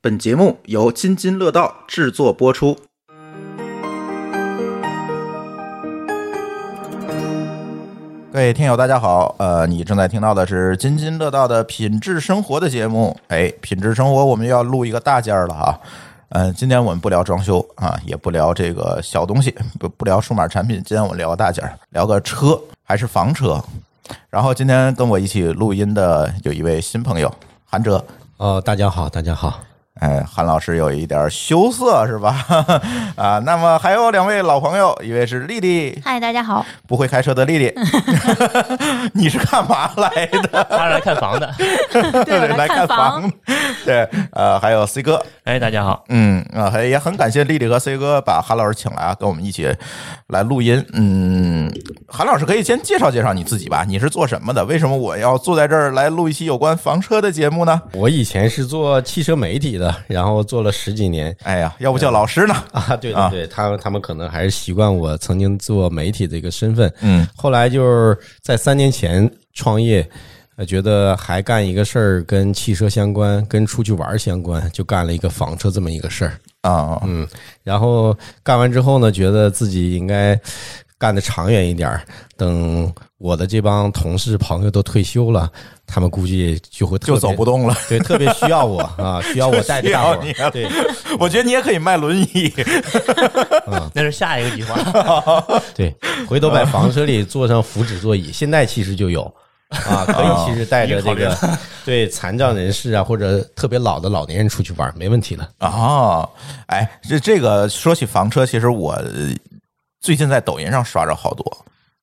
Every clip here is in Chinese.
本节目由津津乐道制作播出。各位听友，大家好，呃，你正在听到的是津津乐道的品质生活的节目。哎，品质生活，我们又要录一个大件儿了啊。嗯、今天我们不聊装修啊，也不聊这个小东西，不不聊数码产品。今天我们聊个大件儿，聊个车，还是房车。然后今天跟我一起录音的有一位新朋友，韩哲。呃，大家好，大家好，哎，韩老师有一点羞涩是吧？ 啊，那么还有两位老朋友，一位是丽丽，嗨，大家好，不会开车的丽丽， 你是干嘛来的？他是来看 房的。 对，我 来看房。房，对，呃，还有 C 哥，哎，大家好，嗯，啊、还也很感谢丽丽和 C 哥把韩老师请来啊，跟我们一起来录音。嗯，韩老师可以先介绍介绍你自己吧，你是做什么的？为什么我要坐在这儿来录一期有关房车的节目呢？我以前是做汽车媒体的，然后做了十几年哎呀，要不叫老师呢？ 啊，对啊对对，他们他们可能还是习惯我曾经做媒体这个身份，嗯，后来就是在三年前创业。呃觉得还干一个事儿跟汽车相关，跟出去玩儿相关，就干了一个房车这么一个事儿。嗯啊、然后干完之后呢，觉得自己应该干的长远一点儿。等我的这帮同事朋友都退休了，他们估计就会特别就走不动了。对，特别需要我啊，需要我带着大伙 需要你儿。对，我觉得你也可以卖轮椅。那是下一个计划。 对，回头把房车里坐上扶手座椅，现在其实就有啊，可以其实带着这个对残障人士啊，或者特别老的老年人出去玩，没问题的。哦，哎，这这个说起房车，其实我呃最近在抖音上刷着好多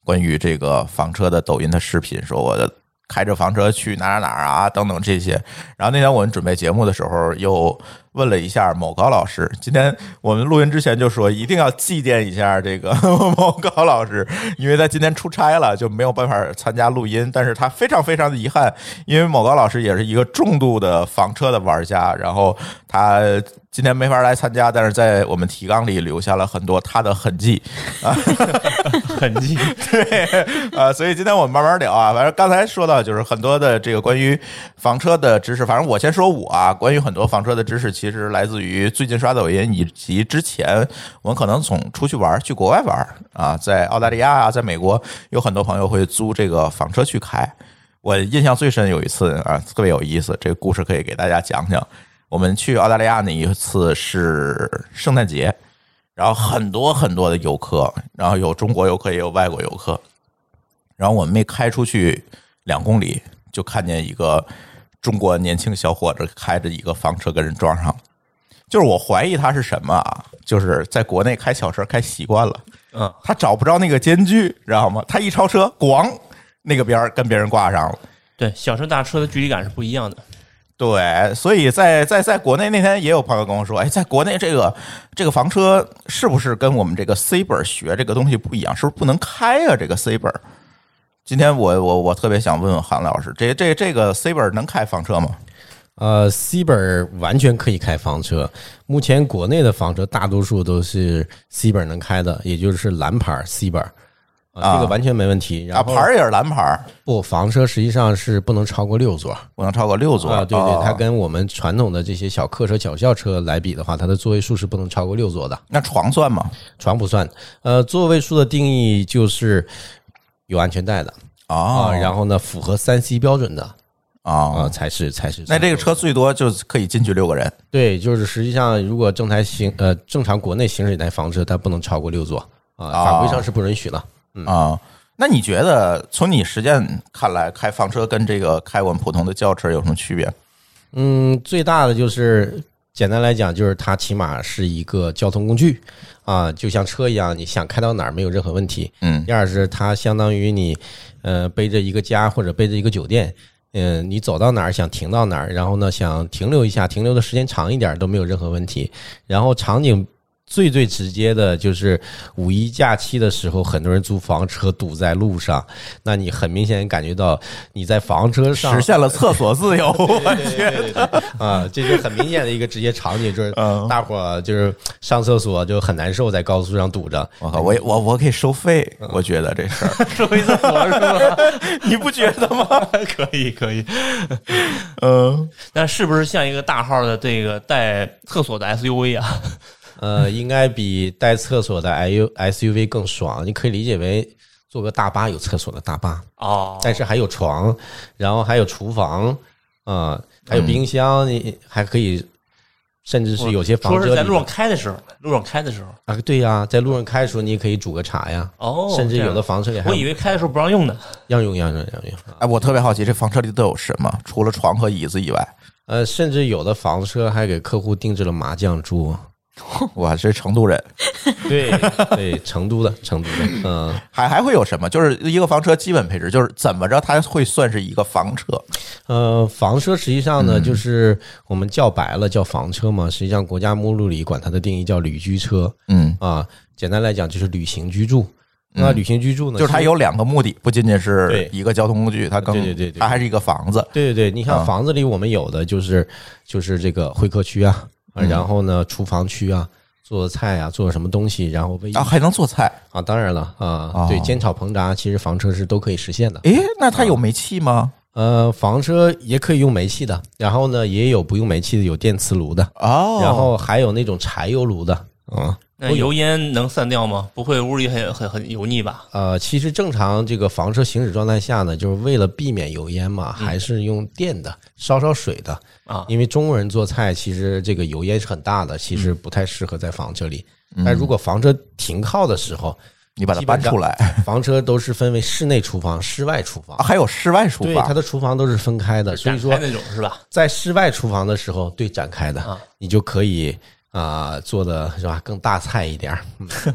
关于这个房车的抖音的视频，说我的开着房车去哪儿哪儿哪儿啊等等这些。然后那天我们准备节目的时候，又问了一下某高老师。今天我们录音之前就说一定要祭奠一下这个 某高老师，因为他今天出差了，就没有办法参加录音。但是他非常非常的遗憾，因为某高老师也是一个重度的房车的玩家，然后他。今天没法来参加，但是在我们提纲里留下了很多他的痕迹。痕迹，呃，所以今天我们慢慢聊啊。反正刚才说到就是很多的这个关于房车的知识，反正我先说我啊，关于很多房车的知识，其实来自于最近刷抖音以及之前我们可能从出去玩儿去国外玩儿啊，在澳大利亚啊，在美国有很多朋友会租这个房车去开。我印象最深有一次啊，特别有意思，这个故事可以给大家讲讲。我们去澳大利亚那一次是圣诞节，然后很多很多的游客，然后有中国游客也有外国游客，然后我们没开出去两公里，就看见一个中国年轻小伙子开着一个房车跟人撞上了。就是我怀疑他是什么啊？就是在国内开小车开习惯了，嗯，他找不着那个间距，知道吗？他一超车，咣，那个边儿跟别人挂上了。对，小车大车的距离感是不一 样的。对，所以在在在国内那天也有朋友跟我说，哎，在国内这个这个房车是不是跟我们这个 C 本学这个东西不一样？是不是不能开啊？这个 C 本？今天我我我特别想问问韩老师，这这这个 C 本能开房车吗？呃，C 本儿完全可以开房车。目前国内的房车大多数都是 C 本儿能开的，也就是蓝牌儿 C 本儿，啊，这个完全没问题。然啊，后牌儿也是蓝牌儿，不，房车实际上是不能超过六座。不能超过六座啊，对对，它哦跟我们传统的这些小客车、小轿车来比的话，它的座位数是不能超过六座的，那床算吗？床不算。呃，座位数的定义就是有安全带的啊，啊然后呢，符合三 C 标准的啊啊，才是才是。那这个车最多就可以进去六个人对，就是实际上如果正常行呃正常国内行驶一台房车，它不能超过六座啊，哦法规上是不允许的。啊。那你觉得从你实践看来，开房车跟这个开我们普通的轿车有什么区别？嗯，最大的就是简单来讲，就是它起码是一个交通工具啊，就像车一样，你想开到哪儿没有任何问题。嗯第二是它相当于你，呃，背着一个家或者背着一个酒店，嗯、你走到哪儿想停到哪儿，然后呢想停留一下，停留的时间长一点都没有任何问题。然后场景最最直接的就是五一假期的时候，很多人租房车堵在路上，那你很明显感觉到你在房车上实现了厕所自由，我去，啊对对对啊，这是很明显的一个直接场景，就是嗯大伙儿就是上厕所就很难受，在高速上堵着。我靠，我也我我可以收费，嗯我觉得这 事儿收一厕所是 吧？你不觉得吗？可以可以，嗯， 那是不是像一个大号的这个带厕所的 SUV 啊？呃，应该比带厕所的 I U S U V 更爽，你可以理解为坐个大巴有厕所的大巴，哦，但是还有床，然后还有厨房，啊、还有嗯冰箱，你还可以，甚至是有些房说车是在里路上开的时候，路上开的时候，啊，对呀、在路上开的时候你也可以煮个茶呀，哦，甚至这样有的房车里还我以为开的时候不让用呢。要用要用要用，哎，我特别好奇这房车里都有什么，除了床和椅子以外，呃，甚至有的房车还给客户定制了麻将桌，我是成都人，对 对，成都的成都的，嗯。还还会有什么？就是一个房车基本配置，就是怎么着它会算是一个房车？呃，房车实际上嗯呢，就是我们叫白了叫房车嘛，实际上国家目录里管它的定义叫旅居车嗯，啊。简单来讲就是旅行居住。那旅行居住呢，就是它其实。有两个目的，不仅仅是对一个交通工具，它更对对对对它还是一个房子。对对对，你啊看房子里我们有的就是就是这个会客区啊，啊嗯然后呢厨房区啊，做菜啊，做什么东西，然后卫浴然后还能做菜，啊，当然了哦啊，对，煎炒烹炸其实房车是都可以实现的。诶，那它有煤气吗？呃，房车也可以用煤气的，然后呢也有不用煤气的，有电磁炉的，哦，啊然后还有那种柴油炉的。啊，那油烟能散掉吗？不会屋里很很很油腻吧？呃，其实正常这个房车行驶状态下呢，就是为了避免油烟嘛，还是用电的，烧烧水的啊因为中国人做菜，其实这个油烟是很大的，其实不太适合在房车里。但如果房车停靠的时候，你把它搬出来，房车都是分为室内厨房、室外厨房啊，，还有室外厨对，它房。的厨房都是分开的。所以说展开，那种是吧？在室外厨房的时候，对展开的啊，你就可以啊、做的是吧更大菜一点儿。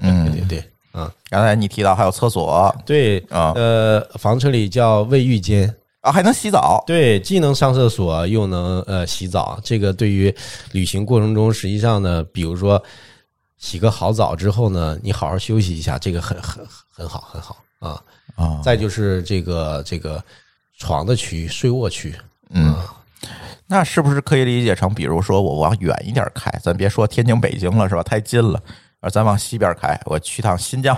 嗯，对对对，嗯，刚才你提到还有厕所对，啊呃，房车里叫卫浴间，啊，还能洗澡。对，既能上厕所，又能呃洗澡。这个对于旅行过程中，实际上呢，比如说洗个好澡之后呢，你好好休息一下，这个很很很好，很好啊。啊再就是这个这个床的区域、睡卧区，嗯，那是不是可以理解成，比如说我往远一点开，咱别说天津、北京了，是吧？太近了，而咱往西边开，我去趟新疆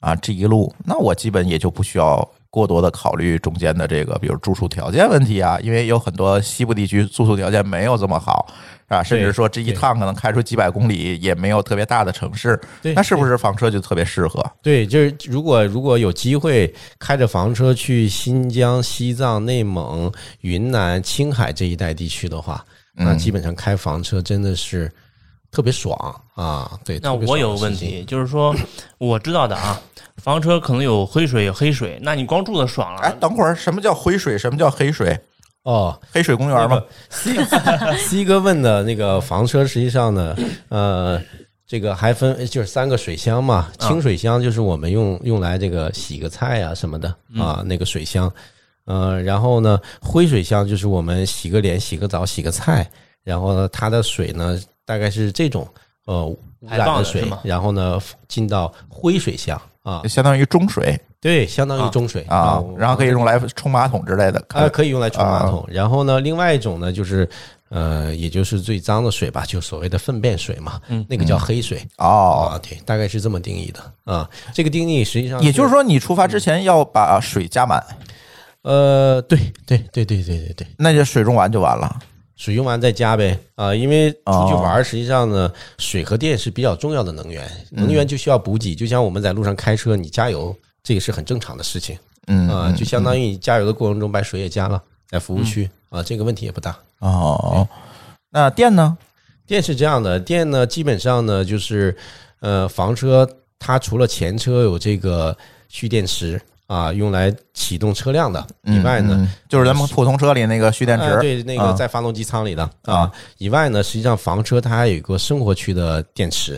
啊，这一路，那我基本也就不需要过多的考虑中间的这个，比如住宿条件问题啊，因为有很多西部地区住宿条件没有这么好啊，甚至说这一趟可能开出几百公里，也没有特别大的城市，对那是不是房车就特别适合？对，就是如果如果有机会开着房车去新疆、西藏、内蒙、云南、青海这一带地区的话，嗯那基本上开房车真的是特别爽啊！对，那特别我爽的有个问事情，题，就是说我知道的啊，房车可能有灰水有黑水，那你光住的爽哎了，，等会儿什么叫灰水？什么叫黑水？哦，黑水公园吗？ C C 哥问的那个房车，实际上呢，呃，这个还分呃就是三个水箱嘛，啊清水箱就是我们用用来这个洗个菜啊什么的嗯啊，那个水箱，呃，然后呢，灰水箱就是我们洗个脸、洗个澡、洗个菜，然后呢，它的水呢大概是这种呃污排染放的水是吗，然后呢进到灰水箱啊，相当于中水对，相当于中水啊，然后可以用。用来冲马桶之类的。啊，可以用来冲马桶。然后呢，另外一种呢，就是呃，也就是最脏的水吧，就所谓的粪便水嘛，那个叫黑水。嗯哦，啊，对，大概是这么定义的啊。这个定义实际上，也就是，说，你出发之前要把水加满，呃，对对对对对对对，那就水用完就完了。水用完再加呗啊，因为出去哦玩儿实际上呢，水和电是比较重要的能源，嗯能源就需要补给，就像我们在路上开车，你加油这个是很正常的事情嗯，嗯啊，就相当于你加油的过程中把水也加了，在服务区啊，这个问题也不大。哦，那电呢？电是这样的，电呢，基本上呢就是，呃，房车它除了前车有这个蓄电池啊，用来启动车辆的以嗯外呢，嗯就是咱们普通车里那个蓄电池啊，对，那个啊在发动机舱里的啊啊。以外呢，实际上房车它还有一个生活区的电池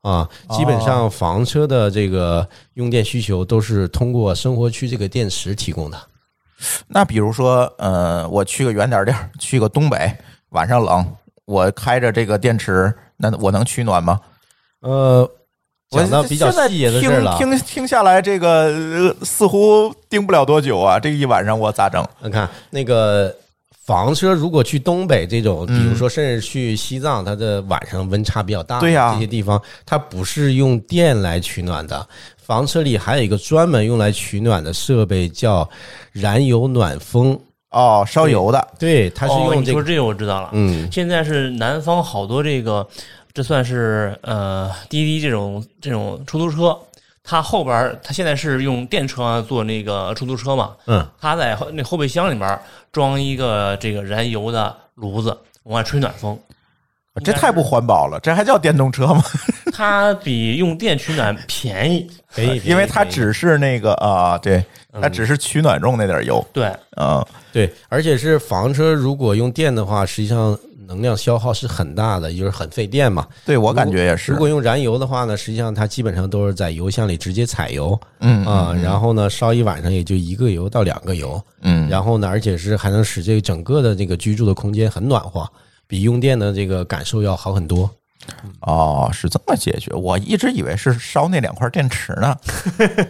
啊。哦基本上房车的这个用电需求都是通过生活区这个电池提供的。那比如说，呃，我去个远点儿地儿，去个东北，晚上冷，我开着这个电池，那我能取暖吗？呃，我讲到比较现在细节的事儿了，啊听听听下来，这个、呃似乎盯不了多久啊。这一晚上我咋整？你看那个房车，如果去东北这种，比如说甚至去西藏，它的晚上温差比较大，对呀这些地方它不是用电来取暖的。房车里还有一个专门用来取暖的设备，叫燃油暖风。哦，烧油的，对，它是哦，用你这说个，这个我知道了。嗯，现在是南方好多这个，这算是呃滴滴这种这种出租车，它后边儿它现在是用电车做那个出租车嘛，嗯，它在后那后备箱里面装一个这个燃油的炉子，往外吹暖 风。这太不环保了，这还叫电动车吗？它比用电取暖 便宜，可以，因为它它只只。是那个啊，对，它只是取暖用那点油对，嗯啊。对，而且是房车，如果用电的话，实际上能量消耗是很大的，也就是很费电嘛。对我感觉也是如果用燃油的话呢，实际上它基本上都是在油箱里直接采油，嗯啊、然后呢烧一晚上也就一个油到两个油，嗯，然后呢，而且是还能使这个整个的这个居住的空间很暖和，比用电的这个感受要好很多。哦，是这么解决。我一直以为是烧那两块电池 呢。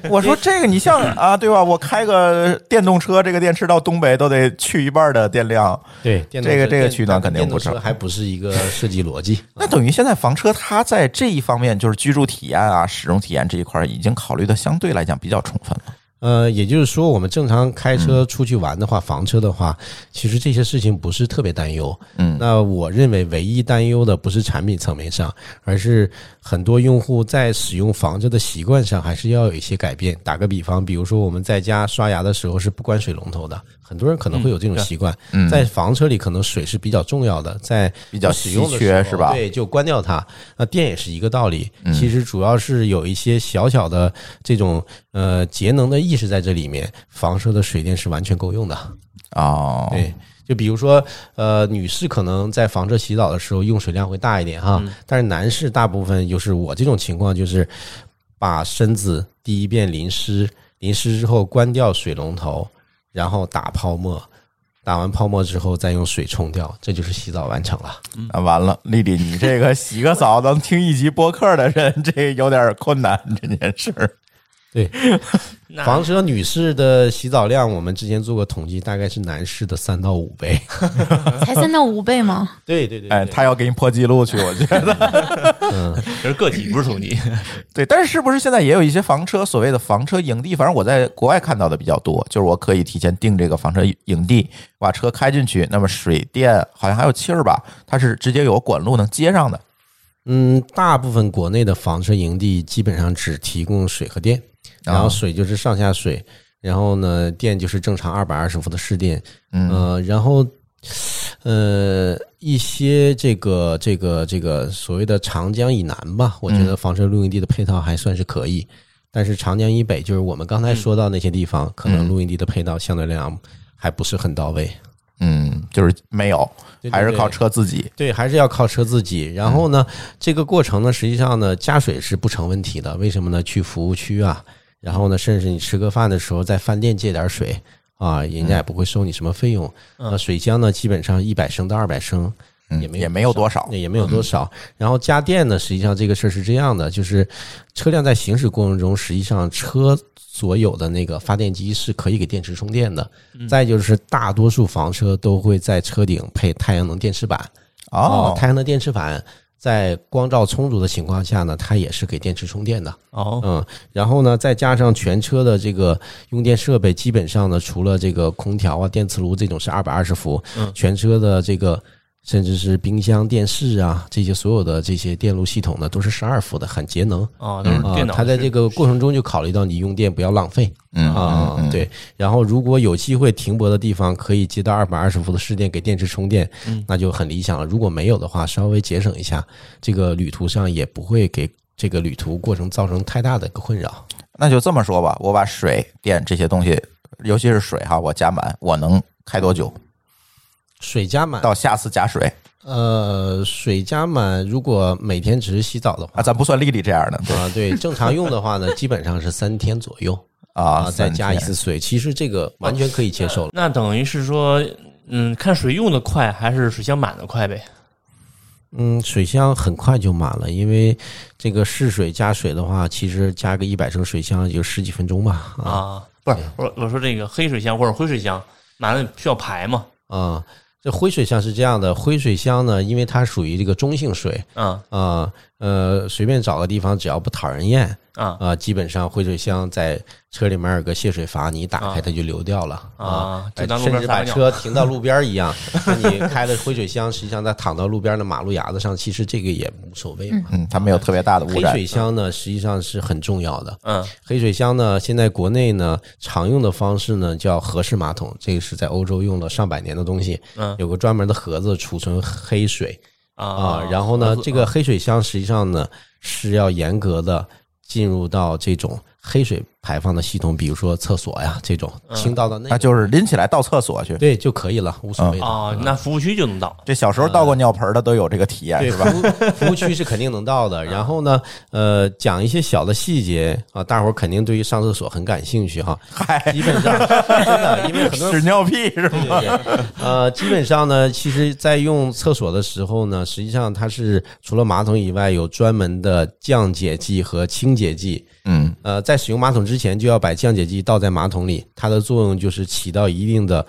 我说这个你像啊，对吧？我开个电动车，这个电池到东北都得去一半的电量，对，电动这个车这个电取暖肯定电动不成车还不是一个设计逻辑。那等于现在房车它在这一方面，就是居住体验啊、使用体验这一块，已经考虑的相对来讲比较充分了。呃，也就是说，我们正常开嗯车出去玩的话，房车的话，其实这些事情不是特别担忧。嗯那我认为唯一担忧的不是产品层面上，而是很多用户在使用房车的习惯上还是要有一些改变。打个比方，比如说我们在家刷牙的时候是不关水龙头的，很多人可能会有这种习惯。嗯在房车里可能水是比较重要的，在比较使用稀的缺时候是吧嗯对，就关掉它。那电也是一个道理，其实主要是有一些小小的这种呃节能的意识在这里面，房车的水电是完全够用的。哦，对，就比如说，呃，女士可能在房车洗澡的时候用水量会大一点哈，但是男士大部分就是我这种情况，就是把身子第一遍淋湿，淋湿之后关掉水龙头，然后打泡沫，打完泡沫之后再用水冲掉，这就是洗澡完成了。那完了，丽丽，你这个洗个澡能听一集播客的人， 这有点困难这件事儿。对，那房车女士的洗澡量，我们之前做过统计，大概是男士的三到五倍。 才三到五倍吗？对对对哎，他要给你破记录去，我觉 得。这是个体，不是统计。对，但是是不是现在也有一些房车所谓的房车营地？反正我在国外看到的比较多，就是我可以提前订这个房车营地，把车开进去，那么水电好像还有气儿吧，它是直接有管路能接上的。嗯，大部分国内的房车营地基本上只提供水和电，然后水就是上下水，然后呢，电就是正常二百二十伏的市电，嗯，呃，然后呃，一些这个这个这个所谓的长江以南吧，我觉得房车露营地的配套还算是可以，但是长江以北，就是我们刚才说到那些地方，可能露营地的配套相对来讲还不是很到位。嗯，就是没有，对对还是对靠车自己。对，还是要靠车自己。然后呢，这个过程呢，实际上呢，加水是不成问题的。为什么呢？去服务区啊，然后呢，甚至你吃个饭的时候，在饭店借点水啊，人家也不会收你什么费用。那水箱呢，基本上一百升到二百升，嗯也没也没有多少那也没有多少。然后家电呢，实际上这个事儿是这样的，就是车辆在行驶过程中，实际上车所有的那个发电机是可以给电池充电的。再就是大多数房车都会在车顶配太阳能电池板。哦，太阳能电池板在光照充足的情况下呢，它也是给电池充电的。哦，嗯，然后呢，再加上全车的这个用电设备，基本上呢，除了这个空调啊、电磁炉这种是二百二十伏，嗯全车的这个甚至是冰箱、电视啊这些所有的这些电路系统呢，都是十二伏的，很节能。哦，都是啊电，脑。它在这个过程中就考虑到你用电不要浪费嗯啊，对。然后如果有机会停泊的地方可以接到二百二十伏的市电给电池充电，嗯那就很理想了。如果没有的话，稍微节省一下，这个旅途上也不会给这个旅途过程造成太大的一个困扰。那就这么说吧，我把水电这些东西，尤其是水哈，我加满，我能开多久？水加满，到下次加水呃，水加满，如果每天只是洗澡的话啊，咱不算丽丽这样的，对啊，对，正常用的话呢，基本上是三天左右啊，再三加一天次水，其实这个完全可以接受了。那等于是说，嗯，看水用的快还是水箱满的快呗？嗯，水箱很快就满了，因为这个试水加水的话，其实加个一百升水箱也就十几分钟吧。啊啊，不是，我我说这个黑水箱或者灰水箱满了需要排嘛？啊，这灰水箱是这样的，灰水箱呢，因为它属于这个中性水啊啊，呃，随便找个地方，只要不讨人厌啊啊，基本上灰水箱在车里面有个泄水阀，你一打啊开它就流掉了啊。啊，就哎当路甚边至撒把个尿车停到路边儿一 样，那你开了灰水箱，实际上它躺到路边的马路牙子上，其实这个也无所谓嘛。嗯，它没有特别大的污黑染。水箱呢，实际上是很重要的。嗯黑水箱呢，现在国内呢常用的方式呢叫盒式马桶，这个是在欧洲用了上百年的东西，嗯有个专门的盒子储存黑水啊啊。然后呢，这个黑水箱实际上呢是要严格的进入到这种黑水排放的系统，比如说厕所呀这种嗯倾倒到那那就是拎起来到厕所去。对就可以了，无所谓的。啊，那服务区就能到这小时候倒过尿盆的都有这个体验，对哎是吧？啊服务区是肯定能到 的。然后呢，呃，讲一些小的细节啊，大伙儿肯定对于上厕所很感兴趣哈。嗨，基本 上真的，因为很多人屎尿屁是吗？呃，基本上呢，其实，在用厕所的时候呢，实际上它是除了马桶以外，有专门的降解剂和清洁剂。嗯，呃，在使用马桶之前，就要把降解剂倒在马桶里，它的作用就是起到一定的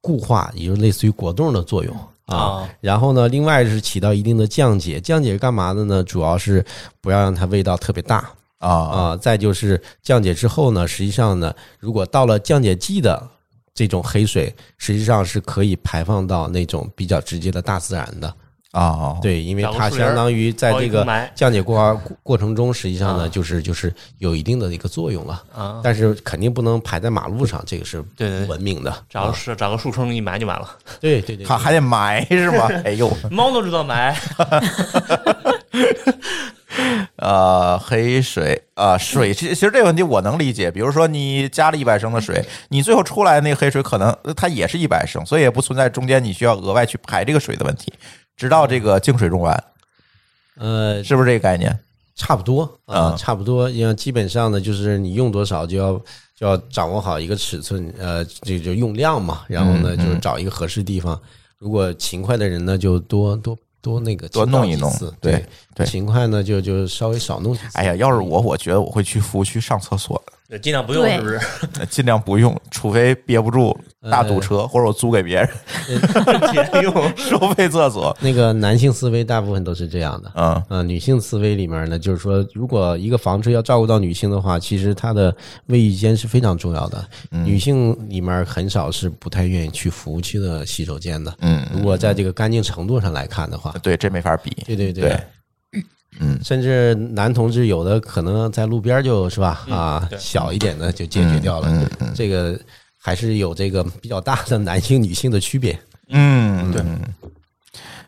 固化，也就是类似于果冻的作用啊。啊然后呢，另外是起到一定的降解，降解是干嘛的呢？主要是不要让它味道特别大啊，啊、再就是降解之后呢，实际上呢，如果到了降解剂的这种黑水，实际上是可以排放到那种比较直接的大自然的。啊，对，因为找个它树林儿相当于在包一这个雾霾降解过过过程中，实际上啊呢，就是就是有一定的一个作用了。啊，但是肯定不能排在马路上，这个是对对对不文明的。啊找个树找个树坑一埋就完了。对对对，还还得埋是吗？哎 呦，猫都知道埋，呃，黑水啊、呃水其实其实这个问题我能理解。比如说你加了一百升的水，你最后出来那个黑水可能呃它也是一百升，所以也不存在中间你需要额外去排这个水的问题，直到这个净水用完，呃，是不是这个概念？差不多啊、啊差不多。因为基本上呢，就是你用多少就要就要掌握好一个尺寸，呃，这就用量嘛。然后呢，嗯嗯就是找一个合适地方。如果勤快的人呢，就多多多那个多弄一弄勤劳几次对对对勤快呢就就稍微少弄几次。哎呀，要是我，我觉得我会去服务区上厕所的， 尽量不用对是不是？尽量不用，除非憋不住大堵车，或者我租给别人 别用收费厕所。那个男性思维大部分都是这样的。嗯呃，女性思维里面呢，就是说，如果一个房车要照顾到女性的话，其实她的卫浴间是非常重要的。嗯女性里面很少是不太愿意去服务区的洗手间的。嗯，如果在这个干净程度上来看的话，对，这没法比。对对对，嗯甚至男同志有的可能在路边就是吧，啊，小一点的就解嗯决掉了。这个还是有这个比较大的男性女性的区别。嗯，对。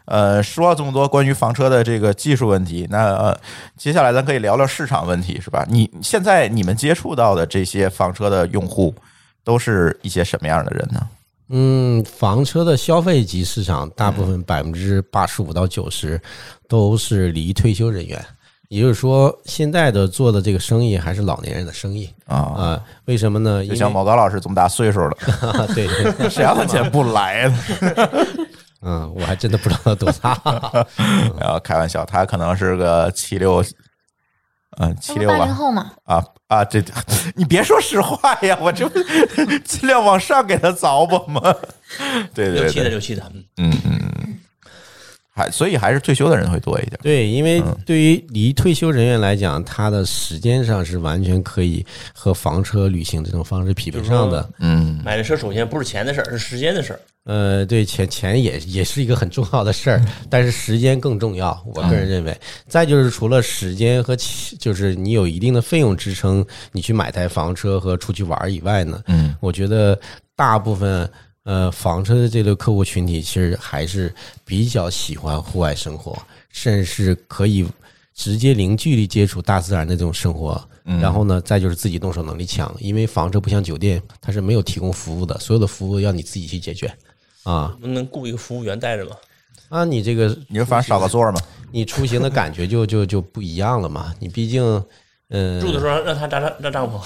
呃，说了这么多关于房车的这个技术问题，那、呃、接下来咱可以聊聊市场问题，是吧？你现在你们接触到的这些房车的用户，都是一些什么样的人呢？嗯，房车的消费级市场，大部分百分之八十五到九十都是离退休人员，也就是说，现在的做的这个生意还是老年人的生意啊、啊、为什么呢？因就为像某高老师这么大岁 数了， 对，谁让他钱不来呢？ 嗯，我还真的不知道多大。然后啊开玩笑，他可能是个七六，嗯， 七六八吧零，后嘛，啊啊，这 你别说实话呀，我这不尽量往上给他凿吧嘛。对六对七的对，六七的，嗯嗯嗯，嗯还所以还是退休的人会多一点。 对，因为对于离退休人员来讲，他的时间上是完全可以和房车旅行这种方式匹配上的。嗯买这车首先不是钱的事儿，是时间的事儿。呃，对，钱钱也也是一个很重要的事儿，但是时间更重要，我个人认为。再就是除了时间和起就是你有一定的费用支撑，你去买台房车和出去玩儿以外呢，嗯，我觉得大部分呃房车的这类客户群体其实还是比较喜欢户外生活，甚至是可以直接零距离接触大自然的这种生活。然后呢，再就是自己动手能力强，因为房车不像酒店，它是没有提供服务的，所有的服务要你自己去解决。啊，能能雇一个服务员带着吗？那你这个你就反正少个座儿嘛。你出行的感觉就就就不一样了嘛。你毕竟，嗯、住的时候让他扎扎扎帐篷。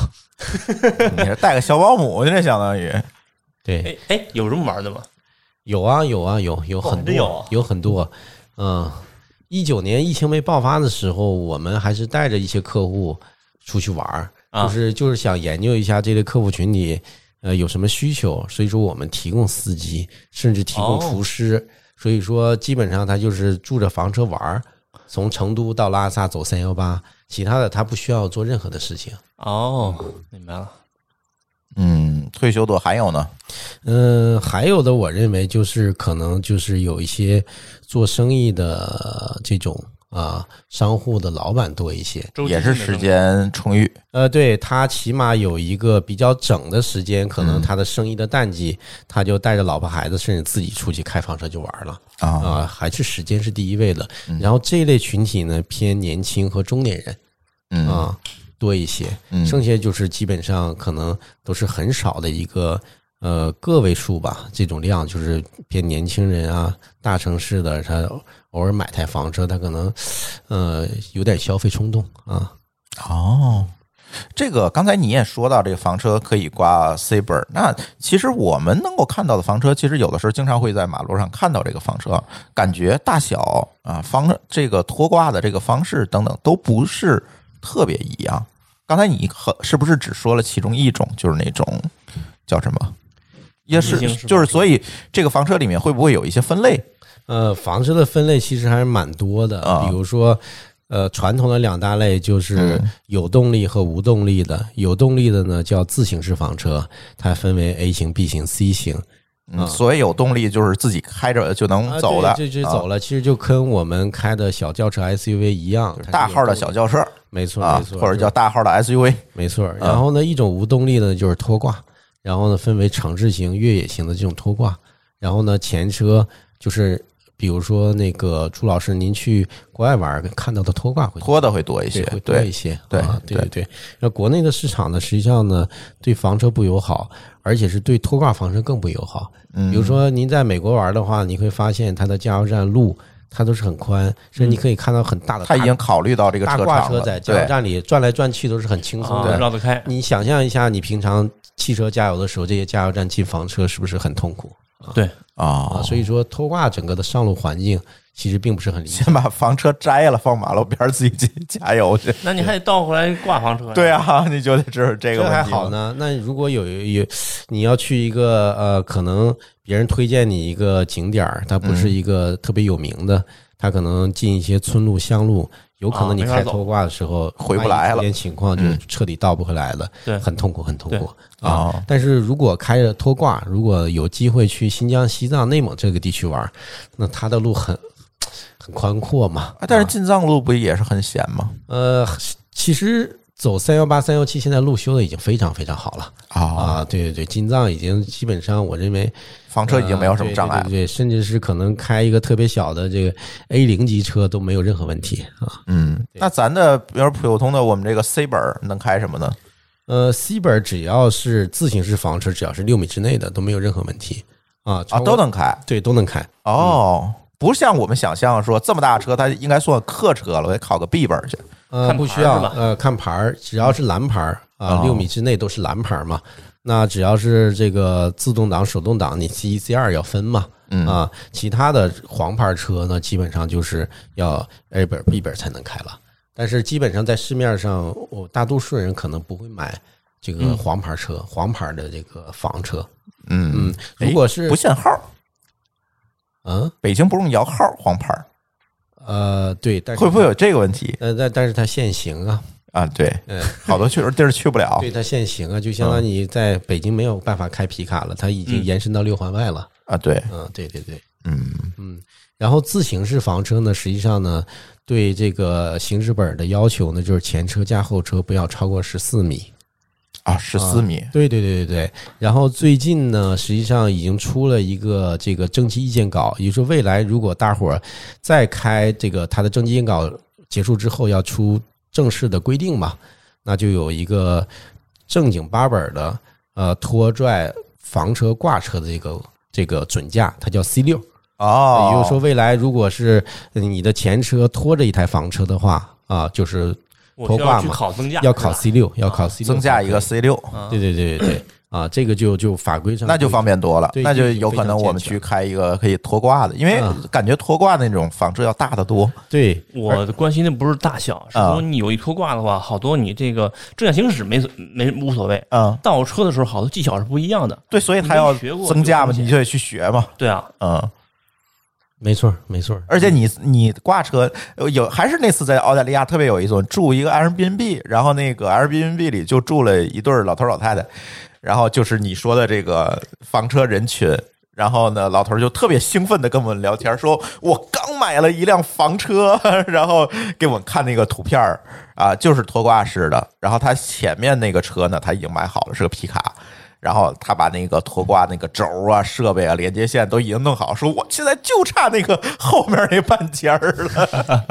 你是带个小保姆去，这相 当于对，哎哎，有这么玩的吗？有啊有啊有有哦很多、还真有啊有很多，嗯，一九年疫情没爆发的时候，我们还是带着一些客户出去玩儿，啊就是就是想研究一下这类客户群体，呃，有什么需求，所以说我们提供司机，甚至提供哦厨师，所以说基本上他就是住着房车玩儿，从成都到拉萨走三幺八，其他的他不需要做任何的事情。哦，明白了。嗯，退休多还有呢，嗯，还有的，我认为就是可能就是有一些做生意的呃这种啊、商户的老板多一些。周期也是性的时更间充裕。呃，对他起码有一个比较整的时间，可嗯能他的生意的淡季，他就带着老婆孩子，甚至自己出去开房车就玩了啊还是时间是第一位的。然后这一类群体呢，偏年轻和中年人嗯啊、多一些，嗯剩下就是基本上可能都是很少的一个呃个位数吧，这种量就是偏年轻人啊，大城市的他偶尔买台房车，他可能呃有点消费冲动啊。哦，这个刚才你也说到，这个房车可以挂 C 本儿。那其实我们能够看到的房车，其实有的时候经常会在马路上看到这个房车，感觉大小啊、方这个拖挂的这个方式等等都不是特别一样。刚才你和是不是只说了其中一种，就是那种叫什么？也是明星是吧就是，所以这个房车里面会不会有一些分类？呃，房车的分类其实还是蛮多的，啊比如说，呃，传统的两大类就是嗯有动力和无动力的。有动力的呢叫自行式房车，它分为 A 型、B 型、C 型。嗯，所谓有动力就是自己开着就能走的，啊、对这这走了，其实就跟我们开的小轿车 SUV 一样，它是大有号的动力小，轿车没错，啊没，错，或者就叫嗯大号的 SUV。没错。然后呢，一种无动力的就是拖挂，然后呢分为城市型、越野型的这种拖挂。然后呢，前车就是比如说那个朱老师，您去国外玩看到的拖挂会拖的会多一些对，会多一对，些，对啊、对对对。那国内的市场呢，实际上呢，对房车不友好，而且是对拖挂房车更不友好。嗯比如说您在美国玩的话，你会发现它的加油站路它都是很宽，甚至嗯你可以看到很大的他大已经考虑到这个大车挂厂车了，在加油对，站里转来转去都是很轻松啊，的。绕得开你想象一下，你平常汽车加油的时候，这些加油站进房车是不是很痛苦啊？啊，所以说拖挂整个的上路环境其实并不是很理想。先把房车摘了，放马路边儿自己去加油去。 那你还得倒回来挂房车。对，啊，你就得知道这个这问题啊还好了。呢。那如果有有你要去一个呃，可能别人推荐你一个景点儿，它嗯不是一个特别有名的，它可能进一些村路乡路，有哦可啊能你没法开走拖挂的时候回不来了万一出现情况就嗯彻底倒不回来了，对很痛苦，很痛苦对哦啊。但是如果开着拖挂，如果有机会去新疆、西藏、内蒙这个地区玩，那它的路很很宽阔嘛，啊但是进藏路不也是很险吗？呃，其实走三幺八、三幺七，现在路修的已经非常非常好了啊，啊！对对对，进藏已经基本上，我认为房车已经没有什么障碍呃了对对。对对，甚至是可能开一个特别小的这个 A 零级车都没有任何问题啊。嗯，那咱的比如普通的我们这个 C 本儿能开什么呢？呃，C 本只要是自行式房车，只要是六米之内的都没有任何问题啊，啊，超过都能开对都能开。哦。嗯不像我们想象说这么大车，它应该算客车了，我得考个 B 本儿去。呃，看不牌需儿要是吧呃看牌儿，只要是蓝牌儿啊哦，六、米之内都是蓝牌儿嘛。那只要是这个自动挡、手动挡，你 C 一、C 二要分嘛。嗯啊，其他的黄牌车呢，基本上就是要 A 本、B 本才能开了。但是基本上在市面上，我大多数人可能不会买这个黄牌车、黄牌的这个房车。嗯，嗯，如果是不限号儿，嗯北京不用摇号儿黄牌儿，呃对，但是会不会有这个问题呃但但是它限行啊，啊？对，嗯、好多去地儿去不了。对它限行啊，就相当于你在北京没有办法开皮卡了，它已经延伸到六环外了。啊，对，嗯，对对对。嗯然后自行式房车呢，实际上呢，对这个行驶本的要求呢，就是前车加后车不要超过十四米。啊，十四米，对对对对对。然后最近呢，实际上已经出了一个这个征集意见稿，也就是说未来如果大伙儿再开这个它的征集意见稿结束之后，要出正式的规定嘛，那就有一个正经八本儿的呃拖拽房车挂车的这个这个准价，它叫 C 六。哦，也就是说，未来如果是你的前车拖着一台房车的话，啊，就是我拖需挂要去嘛考增驾，要考是吧 C 六，要考 C 六，嗯增加一个 C 六，对对对对对 啊，这个就啊就法规上那就方便多了，对那就就有可能我们非常去健开一个可以拖挂的，因为嗯感觉拖挂那种仿制要大得多。对我关心的不是大小，是啊说你有一拖挂的话，好多你这个正向行驶没所没无所谓，嗯，倒车的时候好多技巧是不一样的。对，所以你它没要学过增有加嘛，风险你就得去学嘛。对啊，嗯，没错儿没错儿，而且你嗯你挂车呃有还是那次在澳大利亚特别有意思，我住一个 Airbnb，然后那个 Airbnb 里就住了一对儿老头儿老太太，然后就是你说的这个房车人群。然后呢，老头儿就特别兴奋的跟我们聊天，说：“我刚买了一辆房车。” 然后给我们看那个图片儿啊，就是拖挂式的。然后他前面那个车呢，他已经买好了，是个皮卡。然后他把那个拖挂那个轴啊、设备啊、连接线都已经弄好，说我现在就差那个后面那半截儿了，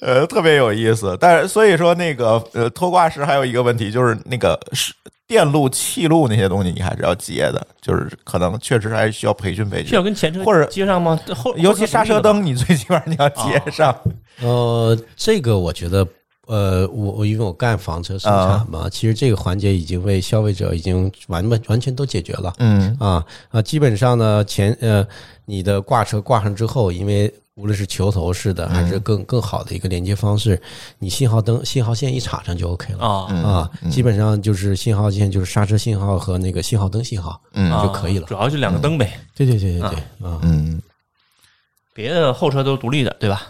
呃，特别有意思。但是所以说那个呃拖挂式还有一个问题就是那个是电路、气路那些东西你还是要接的，就是可能确实还是需要培训培需要训，跟前车或者接上吗？后尤其刹车，灯，你最起码你要接啊上。呃，这个我觉得，呃，我我因为我干房车生产嘛，其实这个环节已经为消费者已经完完完全都解决了。嗯啊啊，基本上呢，前呃，你的挂车挂上之后，因为无论是球头式的还是更更好的一个连接方式，你信号灯、信号线一插上就 OK 了。啊嗯啊，基本上就是信号线，就是刹车信号和那个信号灯信号。啊嗯就可以了主要就两个灯呗，对对对对对，啊，嗯别的后车都是独立的，对吧？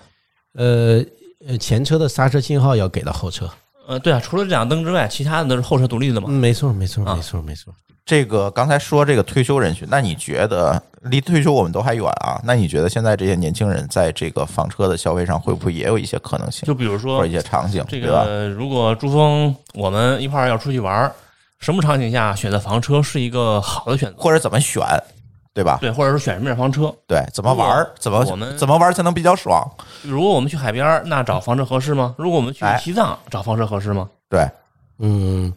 呃呃，前车的刹车信号要给到后车。呃，对啊，除了这两个灯之外，其他的都是后车独立的嘛。嗯，没错，没错，啊没错，没错。这个刚才说这个退休人群，那你觉得离退休我们都还远啊？那你觉得现在这些年轻人在这个房车的消费上会不会也有一些可能性，就比如或说者一些场景，这对吧？个，如果珠峰我们一块儿要出去玩儿，什么场景下选择房车是一个好的选择？或者怎么选，对吧？对，或者说选什么样的房车？对，怎么玩儿，怎么我们怎么玩儿才能比较爽？如果我们去海边儿，那找房车合适吗？如果我们去哎西藏，找房车合适吗？对，嗯，